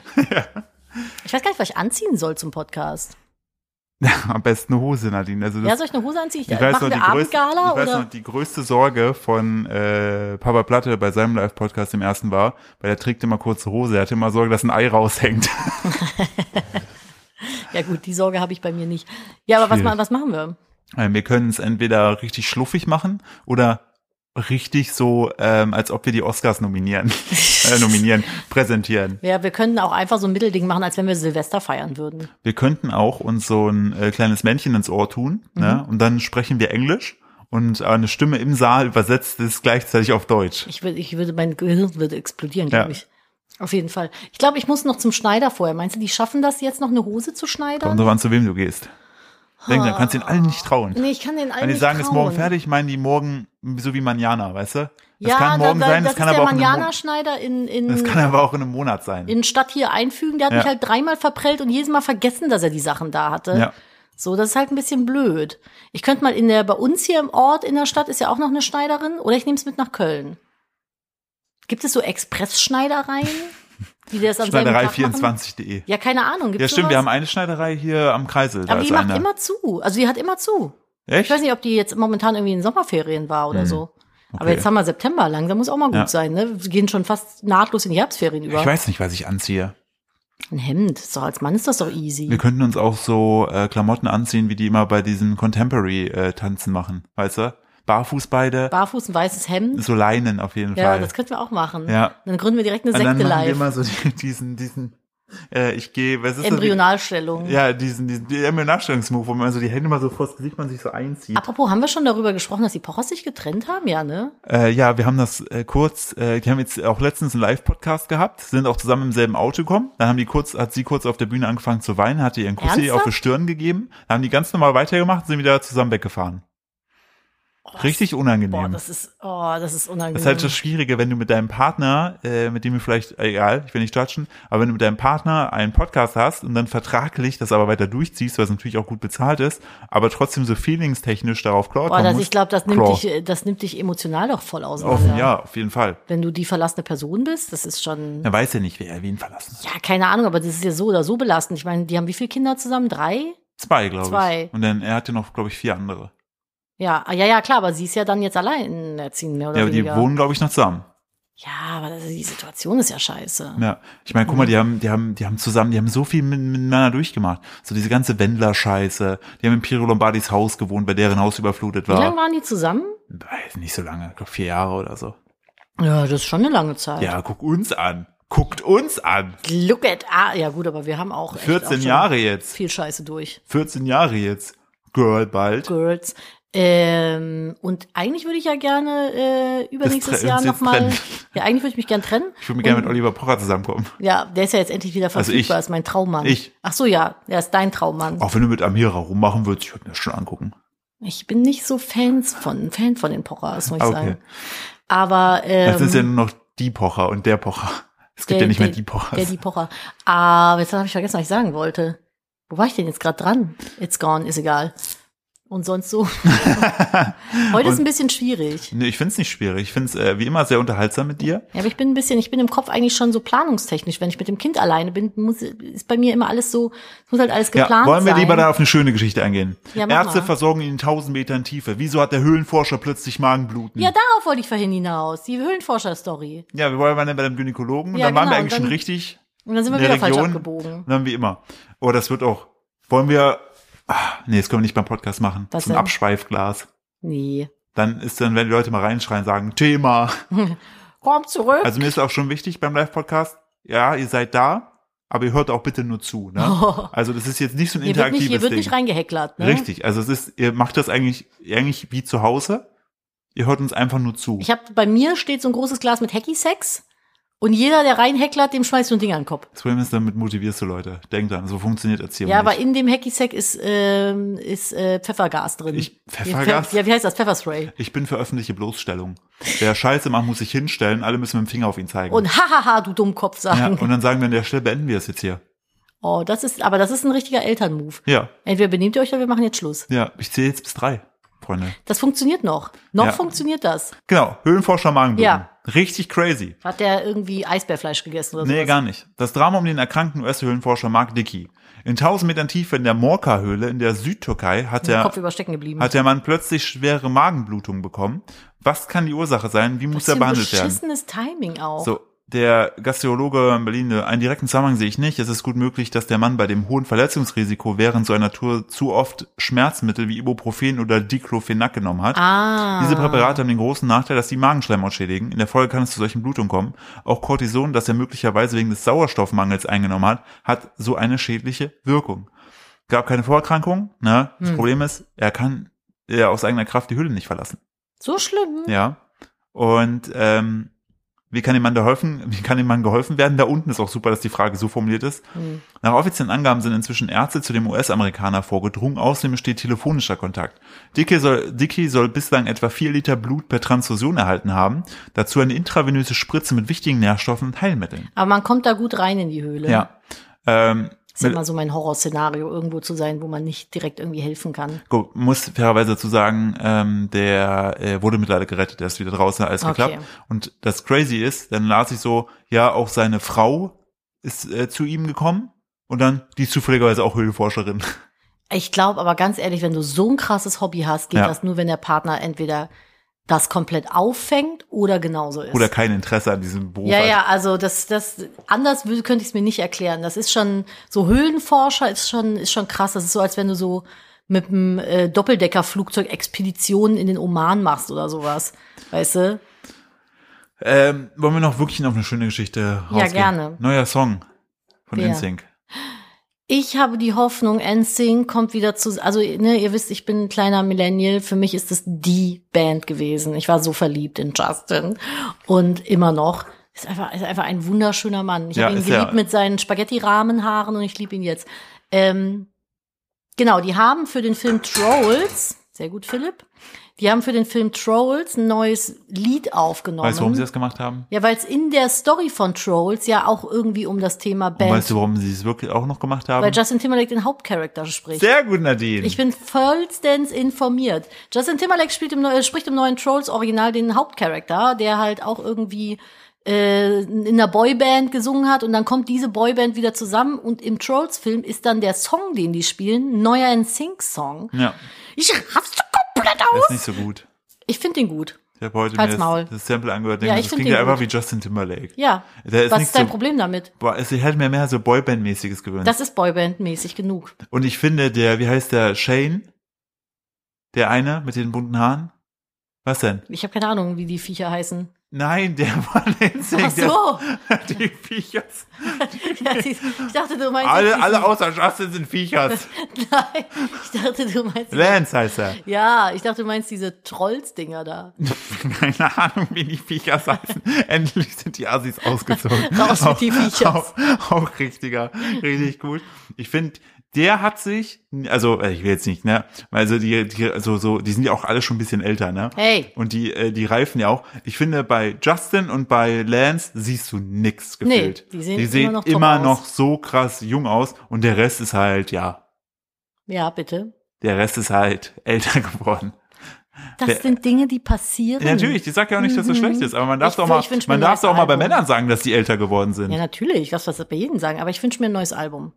B: Ich weiß gar nicht, was ich anziehen soll zum Podcast.
A: Am besten eine Hose, Nadine. Also das,
B: Ja, soll ich eine Hose anziehen? Ich,
A: ich weiß,
B: Machen
A: noch die,
B: wir
A: größte,
B: Abendgala
A: ich weiß
B: oder?
A: noch, die größte Sorge von äh, Papa Platte bei seinem Live-Podcast im ersten war, weil er trägt immer kurze Hose, er hatte immer Sorge, dass ein Ei raushängt.
B: Ja gut, die Sorge habe ich bei mir nicht. Ja, aber was,
A: Schwierig.
B: ma- was machen wir?
A: Äh, Wir können es entweder richtig schluffig machen oder richtig so, ähm, als ob wir die Oscars nominieren, äh, nominieren, präsentieren.
B: Ja, wir könnten auch einfach so ein Mittelding machen, als wenn wir Silvester feiern würden.
A: Wir könnten auch uns so ein äh, kleines Männchen ins Ohr tun
B: Mhm.
A: ne? und dann sprechen wir Englisch und äh, eine Stimme im Saal übersetzt es gleichzeitig auf Deutsch.
B: Ich würde, ich würde, mein Gehirn würde explodieren, glaube
A: Ja.
B: ich. Auf jeden Fall. Ich glaube, ich muss noch zum Schneider vorher. Meinst du, die schaffen das jetzt noch eine Hose zu
A: Kommt
B: schneidern?
A: drauf an, zu wem du gehst. Denk, dann kannst du den allen nicht trauen.
B: Nee, ich kann den allen
A: Wenn die
B: Hm. nicht
A: sagen, es ist morgen
B: trauen.
A: fertig, meinen die morgen so wie Manjana, weißt du? Das
B: Ja,
A: kann morgen
B: da, da,
A: sein,
B: das
A: das kann
B: ist
A: aber
B: der
A: auch in einem Mo-
B: Manjana-Schneider in,
A: das
B: in,
A: kann aber auch in einem Monat sein.
B: in Stadt hier einfügen. Der hat
A: Ja.
B: mich halt dreimal verprellt und jedes Mal vergessen, dass er die Sachen da hatte.
A: Ja.
B: So, das ist halt ein bisschen blöd. Ich könnte mal in der, bei uns hier im Ort in der Stadt ist ja auch noch eine Schneiderin oder ich nehme es mit nach Köln. Gibt es so Express-Schneidereien, die das am selben Tag machen?
A: Schneiderei24.de.
B: Ja, keine Ahnung. Gibt's
A: Ja, stimmt, wir
B: sowas?
A: haben eine Schneiderei hier am Kreisel. da
B: Aber die
A: ist
B: macht
A: eine.
B: immer zu. Also die hat immer zu. Ich
A: Echt?
B: weiß nicht, ob die jetzt momentan irgendwie in Sommerferien war oder so. Aber jetzt haben wir September, langsam muss auch mal gut
A: Hm. Ja.
B: sein, ne? Wir gehen schon fast nahtlos in die Herbstferien über.
A: Ich weiß nicht, was ich anziehe.
B: Ein Hemd, so als Mann ist das doch easy.
A: Wir könnten uns auch so äh, Klamotten anziehen, wie die immer bei diesen Contemporary-Tanzen machen, weißt du? Barfuß beide,
B: Barfuß, ein weißes Hemd.
A: so Leinen auf jeden
B: Ja,
A: Fall.
B: das könnten wir auch machen.
A: Ja.
B: Dann gründen wir direkt eine
A: Und dann
B: Sekte
A: machen wir
B: live.
A: mal so die, diesen, diesen, äh, ich gehe, was ist
B: Embryonalstellung.
A: das? Ja, diesen, diesen die Embryonalstellungsmove, wo man so die Hände mal so vor das Gesicht man sich so einzieht.
B: Apropos, haben wir schon darüber gesprochen, dass die Pochers sich getrennt haben? Ja, ne?
A: Äh, ja, wir haben das äh, kurz, äh, die haben jetzt auch letztens einen Live-Podcast gehabt, sind auch zusammen im selben Auto gekommen. Dann haben die kurz, hat sie kurz auf der Bühne angefangen zu weinen, hat ihr ihren Kuss hier auf die
B: Ernsthaft?
A: Stirn gegeben, dann haben die ganz normal weitergemacht, sind wieder zusammen weggefahren. Richtig
B: Oh, Boah,
A: unangenehm. das,
B: das ist, oh, das ist unangenehm.
A: ist halt das Schwierige, wenn du mit deinem Partner, äh, mit dem du vielleicht, äh, egal, ich will nicht judgen, aber wenn du mit deinem Partner einen Podcast hast und dann vertraglich das aber weiter durchziehst, weil es natürlich auch gut bezahlt ist, aber trotzdem so feelingstechnisch darauf klaut,
B: Boah, das, ich glaube, das nimmt
A: Claw.
B: dich, äh, das nimmt dich emotional doch voll
A: auf,
B: auseinander.
A: ja, auf jeden Fall.
B: Wenn du die verlassene Person bist, das ist schon.
A: Er weiß ja nicht, wer er wen verlassen hat.
B: Ja, keine Ahnung, aber das ist ja so oder so belastend. Ich meine, die haben wie viele Kinder zusammen? Drei?
A: Zwei, glaube ich.
B: Zwei.
A: Und dann er hatte noch, glaube ich, vier andere.
B: Ja, ah, ja, ja, klar, aber sie ist ja dann jetzt allein erziehen, mehr oder
A: Ja, aber die
B: weniger.
A: wohnen, glaube ich, noch zusammen.
B: ja, aber das, die Situation ist ja scheiße.
A: Ja. Ich meine, guck
B: Hm.
A: mal, die haben, die haben, die haben zusammen, die haben so viel mit, miteinander durchgemacht. So diese ganze Wendler-Scheiße. Die haben in Piero Lombardis Haus gewohnt, bei deren Haus überflutet
B: Wie lange
A: war.
B: waren die zusammen?
A: Weiß nicht so lange, ich glaube vier Jahre oder so.
B: Ja, das ist schon eine lange Zeit.
A: Ja, guck uns an. Guckt uns an.
B: Look at, ah, ja gut, aber wir haben auch echt
A: 14
B: auch schon
A: Jahre jetzt.
B: viel Scheiße durch.
A: 14 Jahre jetzt. Girl, bald.
B: Girls. Ähm, und eigentlich würde ich ja gerne äh, übernächstes
A: tre-
B: Jahr
A: uns jetzt
B: nochmal.
A: trennen.
B: Ja, eigentlich würde ich mich gern trennen.
A: Ich würde mir gerne mit Oliver Pocher zusammenkommen.
B: Ja, der ist ja jetzt endlich wieder
A: Also
B: verfügbar,
A: ich.
B: ist mein Traummann.
A: Ich.
B: Ach so, ja, er ist dein Traummann.
A: Auch wenn du mit Amira rummachen würdest, ich würde mir das schon angucken.
B: Ich bin nicht so Fans von, Fan von den Pochers, muss ich
A: Ah, okay.
B: sagen. Aber ähm,
A: Das ist ja nur noch die Pocher und der Pocher. Es gibt ja nicht mehr die Pochers.
B: Der die Pocher. Aber jetzt habe ich vergessen, was ich sagen wollte. Wo war ich denn jetzt gerade dran? It's gone, ist egal. und sonst so. Heute ist ein bisschen schwierig.
A: Nee, ich find's nicht schwierig. Ich find's äh, wie immer sehr unterhaltsam mit dir.
B: Ja, aber ich bin ein bisschen, ich bin im Kopf eigentlich schon so planungstechnisch. Wenn ich mit dem Kind alleine bin, muss, ist bei mir immer alles so, es muss halt alles geplant
A: Ja,
B: sein.
A: wollen wir lieber da auf eine schöne Geschichte eingehen.
B: Ja, mach
A: Ärzte
B: mal.
A: versorgen ihn in 1000 Metern Tiefe. Wieso hat der Höhlenforscher plötzlich Magenbluten?
B: Ja, darauf wollte ich vorhin hinaus. Die Höhlenforscher-Story.
A: Ja, wir waren dann bei dem Gynäkologen und
B: Ja,
A: dann waren wir
B: genau,
A: eigentlich
B: und
A: schon
B: dann-
A: richtig
B: Und dann sind wir
A: in der
B: wieder falsch
A: Region.
B: abgebogen.
A: Und dann wie immer. Oh, das wird auch. Wollen wir. Ah, nee, das können wir nicht beim Podcast machen.
B: Was
A: so ein
B: denn?
A: Abschweifglas.
B: Nee.
A: Dann ist dann, wenn die Leute mal reinschreien, sagen, Thema.
B: Komm zurück.
A: Also mir ist auch schon wichtig beim Live-Podcast, ja, ihr seid da, aber ihr hört auch bitte nur zu. Ne? Also das ist jetzt nicht so ein
B: hier Oh. wird
A: interaktives
B: nicht, hier wird
A: Ding.
B: nicht reingehäcklert. Ne?
A: Richtig, also es ist, ihr macht das eigentlich, eigentlich wie zu Hause. Ihr hört uns einfach nur zu.
B: Ich habe bei mir steht so ein großes Glas mit Hacky-Sex und jeder, der reinhäcklert, dem schmeißt du ein Ding an den Kopf.
A: Das Problem ist, damit motivierst du Leute. Denk dran, so funktioniert Erziehung
B: Ja, aber
A: nicht.
B: in dem Hacky-Sack ist, ähm, ist äh, Pfeffergas drin.
A: Ich- Pfeffergas?
B: Ja, wie heißt das? Pfefferspray.
A: Ich bin für öffentliche Bloßstellung. Wer Scheiße macht, muss sich hinstellen. Alle müssen mit dem Finger auf ihn zeigen.
B: Und hahaha, du Dummkopf
A: ja,
B: sagen.
A: und dann sagen wir an der Stelle, beenden wir es jetzt hier.
B: Oh, das ist, aber das ist ein richtiger Elternmove.
A: Ja,
B: Entweder benehmt ihr euch oder wir machen jetzt Schluss.
A: ja, ich zähle jetzt bis drei, Freunde.
B: Das funktioniert noch. Noch
A: Ja.
B: funktioniert das.
A: Genau, Höhlenforscher Magenbluten.
B: Ja.
A: Richtig crazy.
B: Hat der irgendwie Eisbärfleisch gegessen oder so?
A: Nee, gar nicht. Das Drama um den erkrankten US-Höhlenforscher Mark Dickey. In 1000 Metern Tiefe in der Morka-Höhle in der Südtürkei hat der,
B: Kopf überstecken geblieben.
A: hat der Mann plötzlich schwere Magenblutungen bekommen. Was kann die Ursache sein? Wie muss er behandelt werden?
B: beschissenes Timing auch.
A: So, der Gastrologe in Berlin, äh, einen direkten Zusammenhang sehe ich nicht. Es ist gut möglich, dass der Mann bei dem hohen Verletzungsrisiko während so einer Tour zu oft Schmerzmittel wie Ibuprofen oder Diclofenac genommen hat.
B: Ah.
A: Diese Präparate haben den großen Nachteil, dass die Magenschleimhaut schädigen. In der Folge kann es zu solchen Blutungen kommen. Auch Cortison, das er möglicherweise wegen des Sauerstoffmangels eingenommen hat, hat so eine schädliche Wirkung. Gab keine Vorerkrankung. Ne? Das Problem ist, er kann ja, aus eigener Kraft die Hülle nicht verlassen.
B: So schlimm.
A: Ja. Und ähm, wie kann dem Mann geholfen? Wie kann dem Mann geholfen werden? Da unten ist auch super, dass die Frage so formuliert ist.
B: Hm.
A: Nach offiziellen Angaben sind inzwischen Ärzte zu dem US-Amerikaner vorgedrungen, außerdem besteht telefonischer Kontakt. Dickey soll, Dickey soll bislang etwa 4 Liter Blut per Transfusion erhalten haben, dazu eine intravenöse Spritze mit wichtigen Nährstoffen und Heilmitteln.
B: Aber man kommt da gut rein in die Höhle.
A: Ja. Ähm,
B: Ist immer so mein Horrorszenario, irgendwo zu sein, wo man nicht direkt irgendwie helfen kann.
A: gut, muss fairerweise dazu sagen, ähm, der äh, wurde mittlerweile gerettet, der ist wieder draußen, alles
B: Okay.
A: geklappt. Und das Crazy ist, dann las ich so, ja, auch seine Frau ist äh, zu ihm gekommen und dann, die ist zufälligerweise auch Höhlenforscherin.
B: Ich glaube aber ganz ehrlich, wenn du so ein krasses Hobby hast, geht
A: Ja.
B: das nur, wenn der Partner entweder das komplett auffängt oder genauso ist.
A: Oder kein Interesse an diesem Beruf
B: ja,
A: hat.
B: ja, also das, das anders wür- könnte ich es mir nicht erklären. Das ist schon so Höhlenforscher ist schon ist schon krass. Das ist so, als wenn du so mit einem äh, Doppeldeckerflugzeug Expeditionen in den Oman machst oder sowas, weißt du?
A: Ähm, wollen wir noch wirklich noch eine schöne Geschichte rausgehen?
B: gerne.
A: Neuer Song von
B: Wer?
A: NSYNC.
B: Ich habe die Hoffnung, NSYNC kommt wieder zu, also ne, ihr wisst, ich bin ein kleiner Millennial, für mich ist es die Band gewesen. Ich war so verliebt in Justin und immer noch. Ist einfach, ist einfach ein wunderschöner Mann. Ich
A: Ja,
B: habe ihn
A: ist er.
B: geliebt mit seinen Spaghetti-Rahmenhaaren und ich liebe ihn jetzt. Ähm, genau, die haben für den Film Trolls, sehr gut, Philipp, die haben für den Film Trolls ein neues Lied aufgenommen.
A: Weißt du, warum sie das gemacht haben?
B: ja, weil es in der Story von Trolls ja auch irgendwie um das Thema Band
A: Und weißt du, warum sie es wirklich auch noch gemacht haben?
B: weil Justin Timberlake den Hauptcharakter spricht.
A: Sehr gut, Nadine.
B: ich bin vollstens informiert. Justin Timberlake spielt im, neu- äh, spricht im neuen Trolls Original den Hauptcharakter, der halt auch irgendwie äh, in einer Boyband gesungen hat und dann kommt diese Boyband wieder zusammen und im Trolls Film ist dann der Song, den die spielen, ein neuer in Sync Song.
A: ja,
B: Ich raffst du komplett
A: ist
B: aus.
A: nicht so gut.
B: Ich finde den gut.
A: Ich habe heute
B: Halt's
A: mir
B: Maul.
A: das, das Sample angehört.
B: Ja,
A: Ja,
B: ich
A: das
B: find
A: klingt
B: den
A: ja einfach
B: gut.
A: wie Justin Timberlake.
B: Ja.
A: Der ist
B: Was
A: nicht
B: ist dein
A: so-
B: Problem damit?
A: Boah, es, ich hätte mir mehr so Boyband-mäßiges gewünscht.
B: Das ist Boyband-mäßig genug.
A: Und ich finde, der, wie heißt der, Shane? Der eine mit den bunten Haaren? Was denn?
B: Ich habe keine Ahnung, wie die Viecher heißen.
A: Nein, der war NSYNC.
B: Ach so.
A: Der, die Viechers.
B: Ja, die- ich dachte, du meinst
A: Alle,
B: jetzt
A: alle
B: diesen-
A: außer Justin sind Viechers.
B: Nein, ich dachte, du meinst.
A: Lance heißt er.
B: Ja, ich dachte, du meinst diese Trolls-Dinger da.
A: Keine Ahnung, wie die Viecher heißen. Endlich sind die Assis ausgezogen.
B: Raus mit die Viechers.
A: Auch, auch richtiger, richtig gut. Ich finde, der hat sich, also äh, ich will jetzt nicht, ne? Also die, die, also so, die sind ja auch alle schon ein bisschen älter, ne?
B: Hey.
A: Und die, äh, die reifen ja auch. Ich finde, bei Justin und bei Lance siehst du nix
B: Nee,
A: gefühlt.
B: die sehen
A: die
B: immer
A: sehen
B: noch top
A: immer
B: aus.
A: noch so krass jung aus und der Rest ist halt, ja,
B: Ja, bitte.
A: Der Rest ist halt älter geworden.
B: Das
A: Der-
B: sind Dinge, die passieren.
A: Ja, natürlich, ich sag ja auch nicht, dass es schlecht ist, aber man darf
B: Ich-
A: doch mal,
B: ich wünsch mir
A: man
B: ein
A: darf
B: neues
A: doch mal bei
B: Album.
A: Männern sagen, dass die älter geworden sind.
B: Ja, natürlich. Was was bei jedem sagen. Aber ich wünsche mir ein neues Album.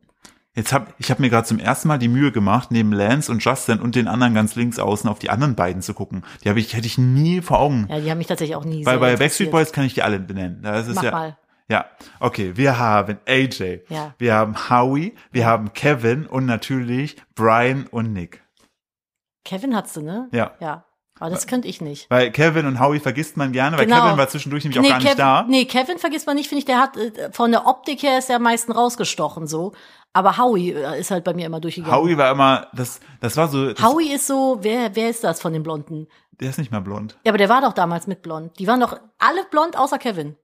A: Jetzt hab, ich habe mir gerade zum ersten Mal die Mühe gemacht, neben Lance und Justin und den anderen ganz links außen auf die anderen beiden zu gucken. Die habe ich, hätte ich nie vor Augen.
B: Ja, die haben mich tatsächlich auch nie
A: Weil
B: sehr
A: bei
B: interessiert.
A: Backstreet Boys kann ich die alle benennen. Das ist
B: Mach
A: ja,
B: mal.
A: ja. Okay, wir haben AJ,
B: Ja.
A: wir haben Howie, wir haben Kevin und natürlich Brian und Nick.
B: Kevin hat's du, ne?
A: Ja.
B: Ja. Aber das könnte ich nicht.
A: Weil Kevin und Howie vergisst man gerne, weil
B: Genau.
A: Kevin war zwischendurch nämlich auch gar
B: Kevin,
A: nicht da.
B: nee, Kevin vergisst man nicht, finde ich, der hat äh, von der Optik her ist er am meisten rausgestochen so. Aber Howie äh, ist halt bei mir immer durchgegangen. Howie,
A: Howie war immer, das, das war so, das,
B: ist so, wer, wer ist das von den Blonden?
A: der ist nicht mehr blond.
B: Ja, aber der war doch damals mit blond. Die waren doch alle blond, außer Kevin.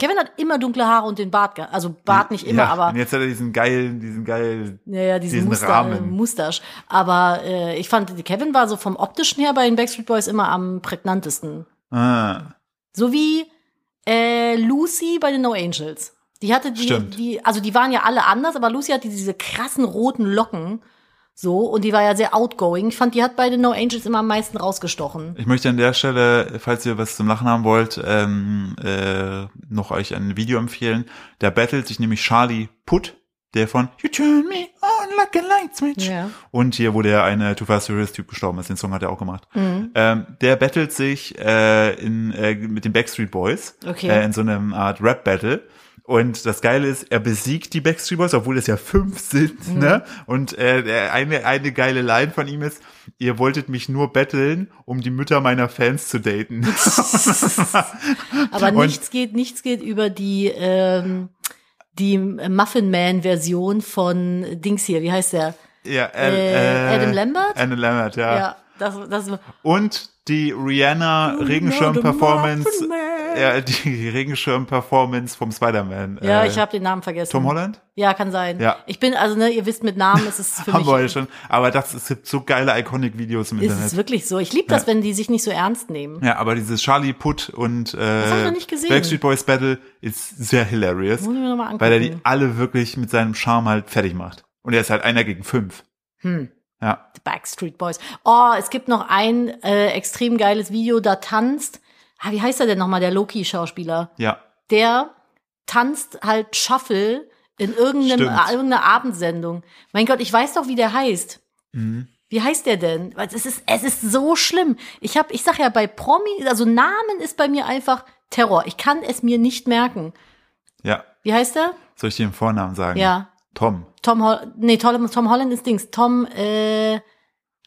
B: Kevin hat immer dunkle Haare und den Bart, ge- also Bart nicht immer,
A: ja, Und
B: aber
A: jetzt hat er diesen geilen, diesen geilen,
B: naja, diesen,
A: diesen
B: Muster,
A: Rahmen.
B: Mustache. Aber äh, ich fand, Kevin war so vom optischen her bei den Backstreet Boys immer am prägnantesten.
A: ah,
B: So wie äh, Lucy bei den No Angels. Die hatte die,
A: Stimmt.
B: die, also die waren ja alle anders, aber Lucy hatte diese krassen roten Locken. So, und die war ja sehr outgoing. Ich fand, die hat bei den No Angels immer am meisten rausgestochen.
A: Ich möchte an der Stelle, falls ihr was zum Lachen haben wollt, ähm, äh, noch euch ein Video empfehlen. Da battelt sich nämlich Charlie Putt, der von You Turn Me On Like a Light Switch.
B: Ja.
A: Und hier, wo der eine Too Fast Furious Typ gestorben ist, den Song hat er auch gemacht.
B: Mhm.
A: Ähm, der battelt sich äh, in, äh, mit den Backstreet Boys
B: Okay.
A: äh, in so einem Art Rap Battle. Und das Geile ist, er besiegt die Backstreet Boys, obwohl es ja fünf sind,
B: Mhm.
A: ne? Und äh, der- eine, eine geile Line von ihm ist, ihr wolltet mich nur betteln, um die Mütter meiner Fans zu daten.
B: Aber
A: Und-
B: nichts geht, nichts geht über die, ähm, die Muffin Man Version von Dings hier. Wie heißt der?
A: ja,
B: Äh, Adam Lambert?
A: Adam Lambert, ja.
B: Ja, das, das,
A: Und die Rihanna Regenschirm-Performance,
B: Muffin Man.
A: ja, die Regenschirm-Performance vom Spider-Man.
B: ja,
A: äh,
B: ich habe den Namen vergessen.
A: Tom Holland?
B: Ja, kann sein.
A: Ja.
B: Ich bin, also, ne, ihr wisst, mit Namen ist es für
A: Haben
B: mich
A: wir ja schon. Aber das, es gibt so geile Iconic-Videos im
B: Ist es
A: Internet.
B: wirklich so? Ich liebe das, wenn die sich nicht so ernst nehmen.
A: Ja, aber dieses Charlie Putt und äh,
B: hab ich noch nicht gesehen.
A: Backstreet Boys Battle ist sehr hilarious.
B: Muss ich mir noch mal angucken.
A: Weil er die alle wirklich mit seinem Charme halt fertig macht. Und er ist halt einer gegen fünf.
B: Hm.
A: Ja.
B: The Backstreet Boys. Oh, es gibt noch ein äh, extrem geiles Video, da tanzt. Ah, wie heißt er denn nochmal, der Loki-Schauspieler?
A: Ja.
B: Der tanzt halt Shuffle in irgendeinem,
A: Stimmt.
B: äh, irgendeiner Abendsendung. Mein Gott, ich weiß doch, wie der heißt.
A: Mhm.
B: Wie heißt der denn? Weil Es ist, es ist so schlimm. Ich hab, ich sag ja bei Promi, also Namen ist bei mir einfach Terror. Ich kann es mir nicht merken.
A: Ja.
B: Wie heißt er?
A: Soll ich dir den Vornamen sagen?
B: Ja.
A: Tom.
B: Tom Hol nee, Tom, Tom Holland ist Dings. Tom, äh,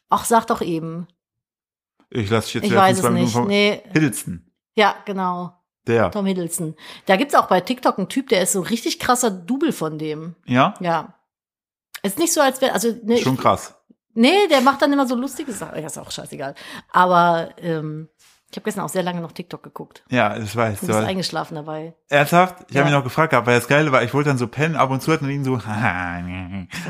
B: ach, sag doch eben.
A: Ich lasse dich jetzt
B: Ich
A: letzten
B: weiß
A: zwei
B: es
A: Minuten
B: nicht.
A: vom-
B: Nee,
A: Hiddleston.
B: ja, genau.
A: Der.
B: Tom Hiddleston. Da gibt's auch bei TikTok einen Typ, der ist so ein richtig krasser Double von dem.
A: Ja?
B: Ja. Ist nicht so, als wäre, also, nee,
A: Schon krass.
B: nee, der macht dann immer so lustige Sachen. Ja, ist auch scheißegal. Aber, ähm, ich habe gestern auch sehr lange noch TikTok geguckt.
A: Ja, ich weiß.
B: Du
A: du
B: bist
A: weißt.
B: eingeschlafen dabei.
A: Ernsthaft? Ich
B: Ja.
A: habe mich noch gefragt gehabt, weil das Geile war, ich wollte dann so pennen, ab und zu hat man ihn so,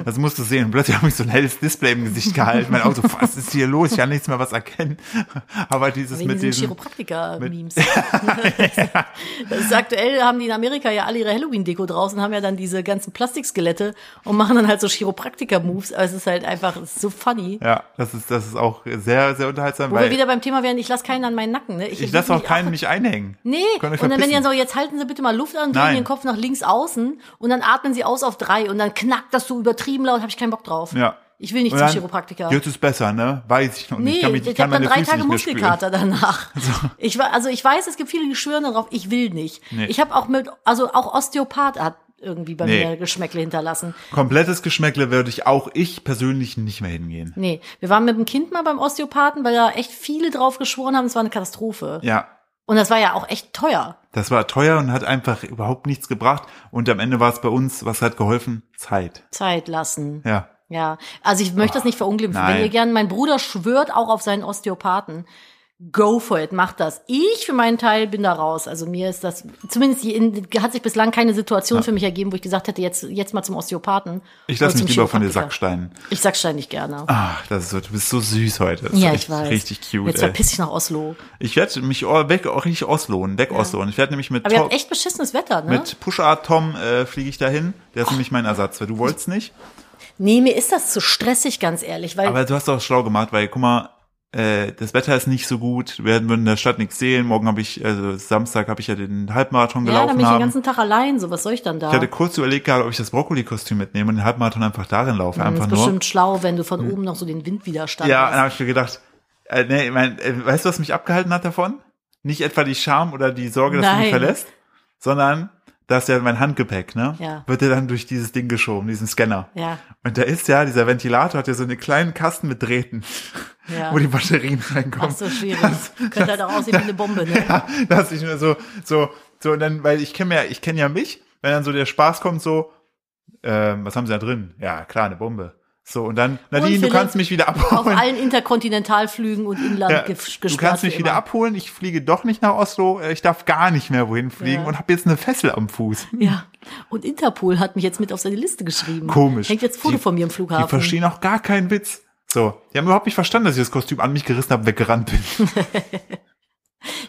A: das musst du sehen. Und plötzlich habe ich so ein helles Display im Gesicht gehalten. Mein Auto, was ist hier los? Ich kann nichts mehr was erkennen. Aber dieses
B: Wegen
A: mit
B: diesen
A: diesem,
B: Chiropraktiker-Memes. das ist aktuell haben die in Amerika ja alle ihre Halloween-Deko draußen, haben ja dann diese ganzen Plastikskelette und machen dann halt so Chiropraktiker-Moves. Also es ist halt einfach es ist so funny.
A: ja, das ist, das ist auch sehr, sehr unterhaltsam,
B: Wo wir
A: weil
B: wieder beim Thema wären, ich lasse keinen an meinen Nacken. Ne?
A: ich lasse auch
B: mich
A: keinen mich einhängen.
B: Nee,
A: Könnt euch
B: und dann wenn die
A: verpissen.
B: dann so, jetzt halten Sie bitte mal Luft an und
A: Nein.
B: drehen den Kopf nach links außen und dann atmen Sie aus auf drei und dann knackt das so übertrieben laut, habe ich keinen Bock drauf.
A: Ja.
B: Ich will nicht
A: Und
B: zum
A: dann,
B: Chiropraktiker.
A: Jetzt ist besser, ne? Weiß ich noch nicht. Ich
B: Nee, ich,
A: kann, mich, ich kann
B: habe dann
A: meine
B: drei
A: Füße
B: Tage
A: nicht mehr spüren.
B: Muskelkater danach. Ich war, also ich weiß, es gibt viele, die schwören darauf, ich will nicht.
A: Nee.
B: Ich habe auch mit, also auch Osteopath hat irgendwie bei
A: Nee.
B: mir Geschmäckle hinterlassen.
A: Komplettes Geschmäckle würde ich auch ich persönlich nicht mehr hingehen.
B: Nee, wir waren mit dem Kind mal beim Osteopathen, weil da echt viele drauf geschworen haben, es war eine Katastrophe.
A: Ja,
B: Und das war ja auch echt teuer.
A: das war teuer und hat einfach überhaupt nichts gebracht. Und am Ende war es bei uns, was hat geholfen? Zeit.
B: Zeit lassen.
A: Ja.
B: Ja, also ich möchte das nicht verunglimpfen.
A: Ah, nein.
B: Wenn ihr gern, mein Bruder schwört auch auf seinen Osteopathen. Go for it, macht das. Ich für meinen Teil bin da raus. Also mir ist das, zumindest je- in, hat sich bislang keine Situation für mich ergeben, wo ich gesagt hätte, jetzt, jetzt mal zum Osteopathen.
A: Ich lasse
B: oder
A: mich
B: zum
A: lieber von dir
B: Chiropraktiker.
A: Sacksteinen.
B: Ich Sackstein nicht gerne.
A: Ach, das ist so, du bist so süß heute. Das ist
B: ja,
A: echt
B: ich weiß.
A: Richtig cute.
B: Jetzt
A: ey.
B: verpiss dich nach Oslo.
A: Ich werde mich o- weg, auch richtig auslohnen, weg auslohnen. Ich werde nämlich mit,
B: Aber ihr
A: Tom-
B: habt echt beschissenes Wetter, ne?
A: mit Push Art Tom äh, fliege ich dahin. Der ist nämlich mein Ersatz, weil du wolltest nicht.
B: Nee, mir ist das zu stressig, ganz ehrlich, weil
A: Aber du hast auch schlau gemacht, weil guck mal, äh, das Wetter ist nicht so gut, wir würden in der Stadt nichts sehen. Morgen habe ich, also Samstag habe ich ja den Halbmarathon
B: ja, dann
A: gelaufen
B: bin ich den
A: haben.
B: ganzen Tag allein, so was soll ich dann da?
A: Ich hatte kurz überlegt gerade, ob ich das Brokkoli-Kostüm mitnehme und den Halbmarathon einfach darin laufe.
B: Hm, das
A: einfach
B: ist
A: nur.
B: bestimmt schlau, wenn du von oben noch so den Windwiderstand
A: Ja, dann
B: hast.
A: habe ich mir gedacht, äh, nee, ich mein, äh, weißt du, was mich abgehalten hat davon? Nicht etwa die Scham oder die Sorge, dass du mich
B: Nein.
A: verlässt, sondern das ist ja mein Handgepäck, ne?
B: Ja.
A: Wird ja dann durch dieses Ding geschoben, diesen Scanner.
B: Ja.
A: Und da ist ja, dieser Ventilator hat ja so einen kleinen Kasten mit Drähten,
B: Ja.
A: wo die Batterien reinkommen.
B: Ach so, schwierig.
A: Das-
B: Könnte halt auch aussehen wie eine Bombe, ne?
A: ja, dass ich nur so, so, so, und dann, weil ich kenne ja, ich kenne ja mich, wenn dann so der Spaß kommt, so, ähm, was haben sie da drin? Ja, klar, eine Bombe. So, und dann, Nadine,
B: Philipp,
A: du kannst mich wieder
B: Auf
A: abholen.
B: allen Interkontinentalflügen und Inland
A: Ja,
B: ja,
A: du kannst mich wieder abholen, ich fliege doch nicht nach Oslo, äh, ich darf gar nicht mehr wohin fliegen
B: Ja.
A: und habe jetzt eine Fessel am Fuß.
B: Ja. Und Interpol hat mich jetzt mit auf seine Liste geschrieben.
A: Komisch.
B: Hängt jetzt Foto
A: Die-
B: von mir im
A: Die
B: Flughafen.
A: verstehen auch gar keinen Witz. So, die haben überhaupt nicht verstanden, dass ich das Kostüm an mich gerissen habe, weggerannt bin.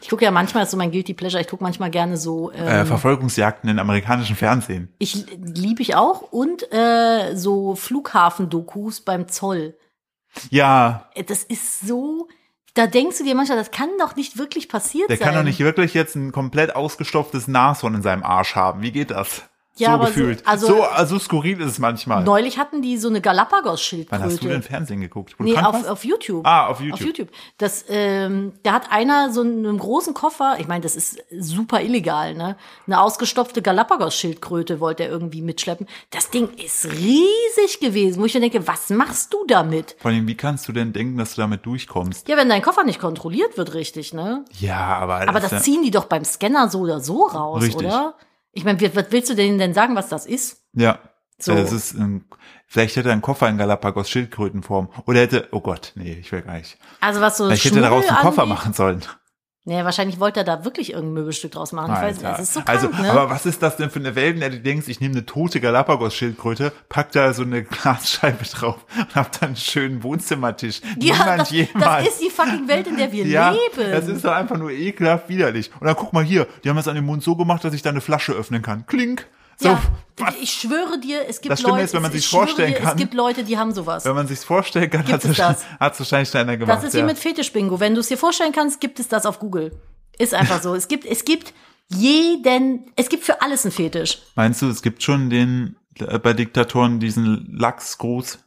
B: ich gucke ja manchmal, das ist so mein Guilty Pleasure, ich gucke manchmal gerne so ähm,
A: Äh, Verfolgungsjagden in amerikanischem Fernsehen.
B: Ich liebe ich auch und äh, so Flughafendokus beim Zoll.
A: Ja,
B: Äh, Das ist so, da denkst du dir manchmal, das kann doch nicht wirklich passiert
A: der
B: sein.
A: kann doch nicht wirklich jetzt ein komplett ausgestopftes Nashorn in seinem Arsch haben. Wie geht das?
B: Ja,
A: so
B: aber so-
A: gefühlt.
B: also-
A: so, also skurril ist es manchmal.
B: Neulich hatten die so eine
A: Wann hast du denn
B: Galapagos-Schildkröte.
A: Fernsehen geguckt? Wo du
B: Nee,
A: krank
B: auf,
A: warst?
B: auf YouTube.
A: Ah, auf YouTube.
B: Auf YouTube. Das, ähm, da hat einer so einen, einen großen Koffer, ich meine, das ist super illegal, ne? Eine ausgestopfte Galapagos-Schildkröte wollte er irgendwie mitschleppen. Das Ding ist riesig gewesen, wo ich mir denke, was machst du damit?
A: Vor allem, wie kannst du denn denken, dass du damit durchkommst?
B: Ja, wenn dein Koffer nicht kontrolliert wird, richtig, ne?
A: Ja, aber,
B: Aber
A: ist ja-
B: das ziehen die doch beim Scanner so oder so raus,
A: Richtig.
B: oder? Ich meine, wie- was willst du denen denn sagen, was das ist?
A: Ja.
B: So.
A: Das ist ein, vielleicht hätte er einen Koffer in Galapagos Schildkrötenform. Oder hätte, oh Gott, nee, ich will gar nicht.
B: Also was so
A: Vielleicht hätte er daraus einen
B: Schmuddel
A: Koffer
B: angeht-
A: machen sollen.
B: Nee, wahrscheinlich wollte er da wirklich irgendein Möbelstück draus machen. Ich weiß nicht,
A: Alter.
B: das ist so krank,
A: also,
B: ne?
A: aber was ist das denn für eine Welt, in der du denkst, ich nehme eine tote Galapagos Schildkröte, pack da so eine Glasscheibe drauf und hab dann einen schönen Wohnzimmertisch.
B: ja,
A: Niemand
B: das,
A: jemals.
B: das ist die fucking Welt, in der wir
A: ja,
B: leben.
A: das ist doch einfach nur ekelhaft widerlich. Und dann guck mal hier, die haben das an dem Mund so gemacht, dass ich da eine Flasche öffnen kann. Klink. So,
B: ja,
A: was?
B: ich schwöre dir, es gibt
A: Das Schlimme
B: Leute,
A: ist, wenn man
B: ich
A: sich
B: schwöre
A: vorstellen
B: dir,
A: kann-
B: es gibt Leute, die haben sowas.
A: Wenn man sich's vorstellen kann, hat
B: Gibt es das?
A: es wahrscheinlich einer gemacht.
B: Das ist wie
A: ja.
B: mit Fetischbingo. Wenn du es dir vorstellen kannst, gibt es das auf Google. Ist einfach so. Es gibt, es gibt jeden, es gibt für alles einen Fetisch.
A: Meinst du, es gibt schon den äh, bei Diktatoren diesen Lachsgruß?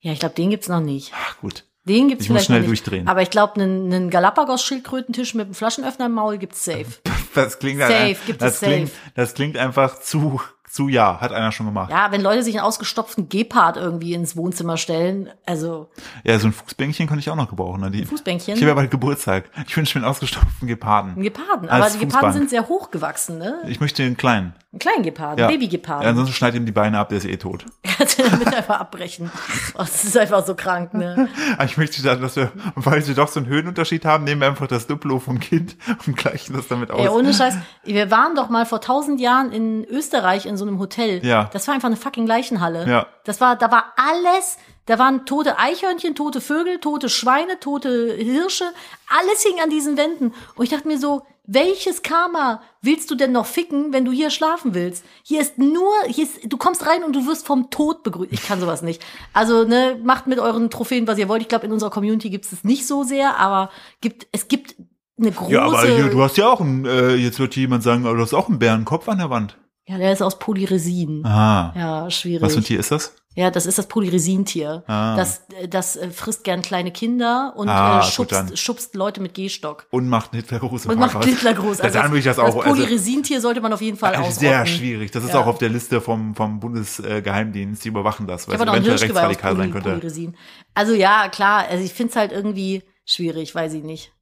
B: Ja, ich glaube, den gibt's noch nicht.
A: Ach gut.
B: Den gibt's
A: Ich muss
B: vielleicht
A: schnell
B: noch nicht.
A: durchdrehen.
B: Aber ich glaube, einen, einen Galapagos-Schildkrötentisch mit einem Flaschenöffner im Maul gibt's safe.
A: Oh Das klingt halt
B: Safe,
A: ein-
B: gibt
A: das
B: es
A: klingt,
B: safe.
A: das klingt einfach zu zu ja, hat einer schon gemacht. Ja,
B: Ja, wenn Leute sich einen ausgestopften Gepard irgendwie ins Wohnzimmer stellen, also
A: so ein Fußbänkchen könnte ich auch noch gebrauchen, Nadine.
B: Fußbänkchen.
A: Ich habe ja bald Geburtstag. Ich wünsche mir einen ausgestopften
B: einen
A: Geparden.
B: Geparden.
A: Als
B: Aber die Geparden
A: Fußbank.
B: sind sehr hochgewachsen, ne?
A: Ich möchte den kleinen.
B: Einen kleinen Geparden,
A: Ja. Ja, also
B: Babygeparden.
A: ansonsten schneid ihm die Beine ab, der ist eh tot.
B: Kannst du damit einfach abbrechen. Oh, das ist einfach so krank, ne?
A: Aber ich möchte dann, dass wir, weil wir doch so einen Höhenunterschied haben, nehmen wir einfach das Duplo vom Kind und gleichen das damit aus.
B: Ey, ohne Scheiß. Wir waren doch mal vor tausend Jahren in Österreich in so einem Hotel.
A: Ja.
B: Das war einfach eine fucking Leichenhalle.
A: Ja.
B: Das war, da war alles. Da waren tote Eichhörnchen, tote Vögel, tote Schweine, tote Hirsche. Alles hing an diesen Wänden. Und ich dachte mir so, welches Karma willst du denn noch ficken, wenn du hier schlafen willst? Hier ist nur, hier ist, du kommst rein und du wirst vom Tod begrüßt. Ich kann sowas nicht. Also, ne, macht mit euren Trophäen, was ihr wollt. Ich glaube, in unserer Community gibt es das nicht so sehr, aber gibt, es gibt eine große.
A: ja, aber hier, du hast ja auch einen, äh, jetzt wird hier jemand sagen, aber du hast auch einen Bärenkopf an der Wand.
B: Ja, der ist aus Polyresin.
A: Ah.
B: Ja, schwierig.
A: Was für ein Tier ist das?
B: Ja, das ist das Polyresintier.
A: Ah.
B: Das, äh, das äh, frisst gern kleine Kinder und
A: Ah,
B: äh,
A: gut dann.
B: schubst, schubst Leute mit Gehstock.
A: Und macht einen Hitlergruß.
B: Und macht Hitler groß.
A: Also dann würde ich das auch.
B: Das
A: also,
B: Polyresintier sollte man auf jeden Fall
A: also
B: ausrotten.
A: sehr schwierig. Das ist
B: Ja.
A: auch auf der Liste vom, vom Bundesgeheimdienst. Die überwachen das, weil
B: Ich
A: es
B: habe noch ein
A: Also eventuell
B: Hirschgeweih aus
A: rechtsradikal sein
B: Poly
A: könnte.
B: Polyresin. Also ja, klar. Also ich find's halt irgendwie schwierig, weiß ich nicht.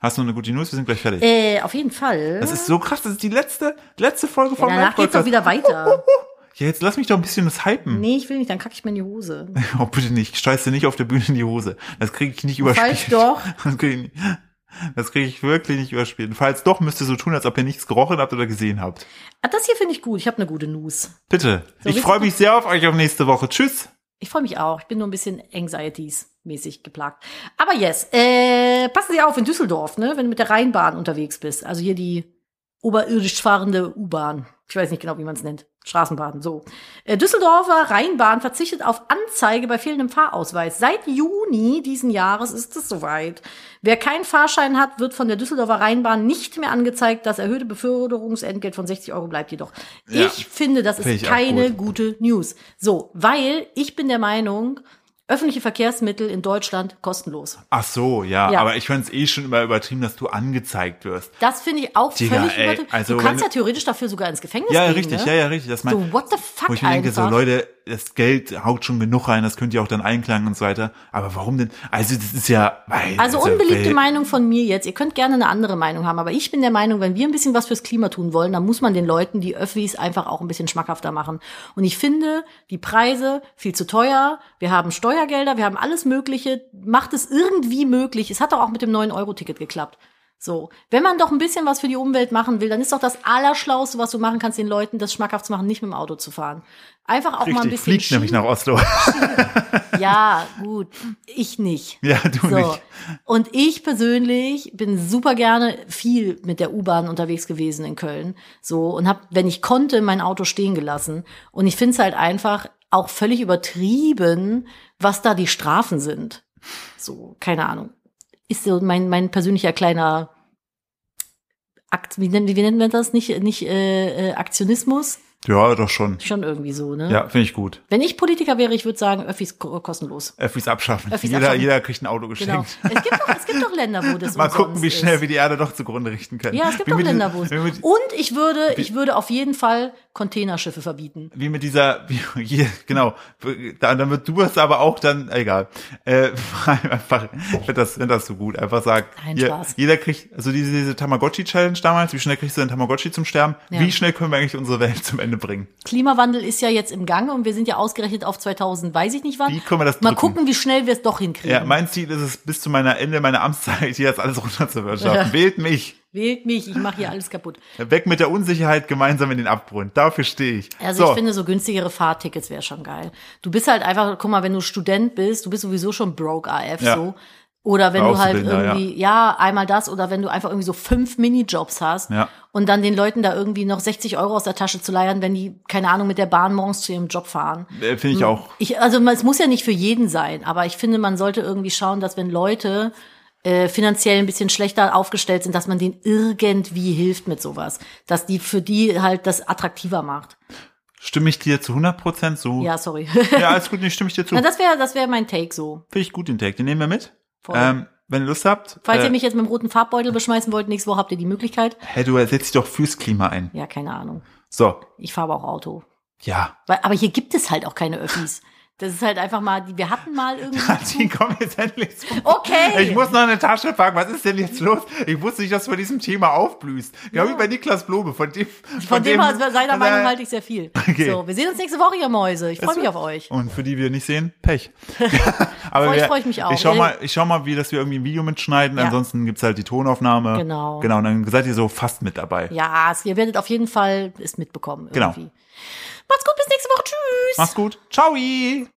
A: Hast du noch eine gute News? Wir sind gleich fertig.
B: Äh, auf jeden Fall.
A: das ist so krass. Das ist die letzte, letzte Folge
B: ja,
A: vom
B: danach geht's doch
A: Live-Podcast.
B: wieder weiter.
A: Ja, jetzt lass mich doch ein bisschen das hypen.
B: Nee, ich will nicht, dann kacke ich mir in die Hose.
A: Oh, bitte nicht. Scheiß dir nicht auf der Bühne in die Hose. Das kriege ich nicht
B: Falls
A: überspielt.
B: doch.
A: Das kriege ich, nicht- das krieg ich wirklich nicht überspielt. Und falls doch, müsst ihr so tun, als ob ihr nichts gerochen habt oder gesehen habt.
B: Ah, das hier finde ich gut. Ich habe eine gute News.
A: Bitte.
B: So,
A: ich
B: willst
A: freue
B: du-
A: mich sehr auf euch auf nächste Woche. Tschüss.
B: Ich freue mich auch. Ich bin nur ein bisschen Anxieties-mäßig geplagt. Aber yes, äh, passen Sie auf in Düsseldorf, ne, wenn du mit der Rheinbahn unterwegs bist. Also hier die oberirdisch fahrende U-Bahn. Ich weiß nicht genau, wie man es nennt. Straßenbahn, so. Äh, Düsseldorfer Rheinbahn verzichtet auf Anzeige bei fehlendem Fahrausweis. Seit Juni diesen Jahres ist es soweit. Wer keinen Fahrschein hat, wird von der Düsseldorfer Rheinbahn nicht mehr angezeigt. Das erhöhte Beförderungsentgelt von 60 Euro bleibt jedoch.
A: Ja.
B: Ich finde, das
A: Finde
B: ist
A: ich auch
B: keine
A: gut.
B: gute News. So, weil ich bin der Meinung, öffentliche Verkehrsmittel in Deutschland kostenlos.
A: Ach so, ja,
B: Ja.
A: aber ich fand's eh schon immer übertrieben, dass du angezeigt wirst.
B: Das finde ich auch
A: Digga,
B: völlig
A: ey,
B: übertrieben.
A: also
B: du
A: wenn
B: kannst
A: du-
B: ja theoretisch dafür sogar ins Gefängnis
A: Ja,
B: gehen.
A: richtig,
B: ne?
A: ja, ja, richtig. Das mein,
B: So, what the fuck
A: Wo ich mir denke, so
B: einfach?
A: Leute, das Geld haut schon genug rein, das könnt ihr auch dann einklagen und so weiter. Aber warum denn? Also das ist ja, weil,
B: Also unbeliebte
A: weil-
B: Meinung von mir jetzt. Ihr könnt gerne eine andere Meinung haben, aber ich bin der Meinung, wenn wir ein bisschen was fürs Klima tun wollen, dann muss man den Leuten die Öffis einfach auch ein bisschen schmackhafter machen. Und ich finde die Preise viel zu teuer. Wir haben Steuergelder, wir haben alles Mögliche. Macht es irgendwie möglich. Es hat doch auch mit dem 9-Euro-Ticket geklappt. So, wenn man doch ein bisschen was für die Umwelt machen will, dann ist doch das Allerschlauste, was du machen kannst, den Leuten das schmackhaft zu machen, nicht mit dem Auto zu fahren. Einfach auch mal ein
A: Richtig,
B: bisschen
A: fliegt nämlich
B: Schienen-
A: nach Oslo.
B: Ja, gut, ich nicht.
A: ja, du
B: So.
A: nicht.
B: Und ich persönlich bin super gerne viel mit der U-Bahn unterwegs gewesen in Köln. So und habe, wenn ich konnte, mein Auto stehen gelassen. Und ich finde es halt einfach auch völlig übertrieben, was da die Strafen sind. So, keine Ahnung. Ist so mein, mein persönlicher kleiner Akt, wie nennen, wie nennen wir das? Nicht, nicht äh, äh, Aktionismus?
A: Ja, doch schon.
B: Schon irgendwie so, ne?
A: Ja, finde ich gut.
B: Wenn ich Politiker wäre, ich würde sagen, Öffis ko- kostenlos.
A: Öffis abschaffen.
B: Öffis
A: jeder,
B: abschaffen.
A: jeder kriegt ein Auto
B: Genau.
A: geschenkt.
B: Es gibt doch, es gibt doch Länder, wo das
A: Mal gucken,
B: umsonst
A: wie schnell
B: ist.
A: wir die Erde doch zugrunde richten können.
B: Ja, es gibt
A: wie
B: auch
A: mit-
B: Länder, wo es.
A: wie mit-
B: Und ich würde, ich würde auf jeden Fall Containerschiffe verbieten.
A: wie mit dieser, wie, hier, genau, da, damit du es aber auch dann, egal, äh, einfach, ich finde das, find das so gut, einfach sagen,
B: Nein,
A: jeder,
B: Spaß.
A: jeder kriegt, also diese, diese Tamagotchi-Challenge damals, wie schnell kriegst du den Tamagotchi zum Sterben,
B: Ja.
A: wie schnell können wir eigentlich unsere Welt zum Ende bringen?
B: Klimawandel ist ja jetzt im Gange und wir sind ja ausgerechnet auf 2000, weiß ich nicht wann.
A: Wie können wir das
B: Mal
A: drücken?
B: gucken, wie schnell wir es doch hinkriegen.
A: Ja, mein Ziel ist es, bis zu meiner Ende meiner Amtszeit hier das alles runterzuwirtschaften.
B: Ja.
A: Wählt mich.
B: Wählt mich, ich mache hier alles kaputt.
A: Weg mit der Unsicherheit gemeinsam in den Abgrund. Dafür stehe ich.
B: Also
A: so,
B: ich finde, so günstigere Fahrtickets wäre schon geil. Du bist halt einfach, guck mal, wenn du Student bist, du bist sowieso schon broke AF
A: Ja.
B: so. Oder wenn du halt
A: Auszubildender, ja.
B: irgendwie, ja. einmal das, oder wenn du einfach irgendwie so fünf Minijobs hast
A: Ja.
B: und dann den Leuten da irgendwie noch 60 Euro aus der Tasche zu leiern, wenn die, keine Ahnung, mit der Bahn morgens zu ihrem Job fahren.
A: äh, finde ich auch.
B: Ich, also man- es muss ja nicht für jeden sein, aber ich finde, man sollte irgendwie schauen, dass wenn Leute äh, finanziell ein bisschen schlechter aufgestellt sind, dass man denen irgendwie hilft mit sowas. Dass die für die halt das attraktiver macht.
A: Stimme ich dir zu 100 Prozent zu?
B: Ja, Also sorry.
A: Ja, alles gut, nicht stimme ich dir zu.
B: Na,
A: Finde
B: das wäre das wäre mein Take so.
A: ich gut den Tag. Den nehmen wir mit.
B: Voll.
A: Ähm, wenn ihr Lust habt,
B: Falls
A: äh,
B: ihr mich jetzt mit dem roten Farbbeutel beschmeißen wollt, nächste Woche habt ihr die Möglichkeit.
A: hey, du setzt dich doch fürs Klima ein.
B: Ja, keine Ahnung.
A: So,
B: Ich fahre aber auch Auto.
A: ja.
B: Weil, aber hier gibt es halt auch keine Öffis. Das ist halt einfach mal, die- wir hatten mal irgendwie.
A: Die kommen jetzt endlich zu.
B: Okay.
A: Ich muss noch eine Tasche packen. Was ist denn jetzt los? Ich wusste nicht, dass du bei diesem Thema aufblühst. Genau wie bei Niklas Blobe. Von dem, von
B: Von dem, aus seiner Meinung halte ich sehr viel.
A: Okay.
B: So, wir sehen uns nächste Woche, ihr Mäuse. Ich freue mich auf euch.
A: Und für die wir nicht sehen, Pech. Aber
B: Freu-
A: wir-
B: freu ich mich auch.
A: Ich schau,
B: Ihr-
A: mal, ich schau mal, wie dass wir irgendwie ein Video mitschneiden.
B: Ja.
A: Ansonsten gibt's halt die Tonaufnahme.
B: Genau.
A: Genau, und dann seid ihr so fast mit dabei.
B: Ja, es- ihr werdet auf jeden Fall es mitbekommen.
A: Genau.
B: Irgendwie. Macht's gut, bis nächste Woche. Tschüss.
A: Mach's gut. Ciao.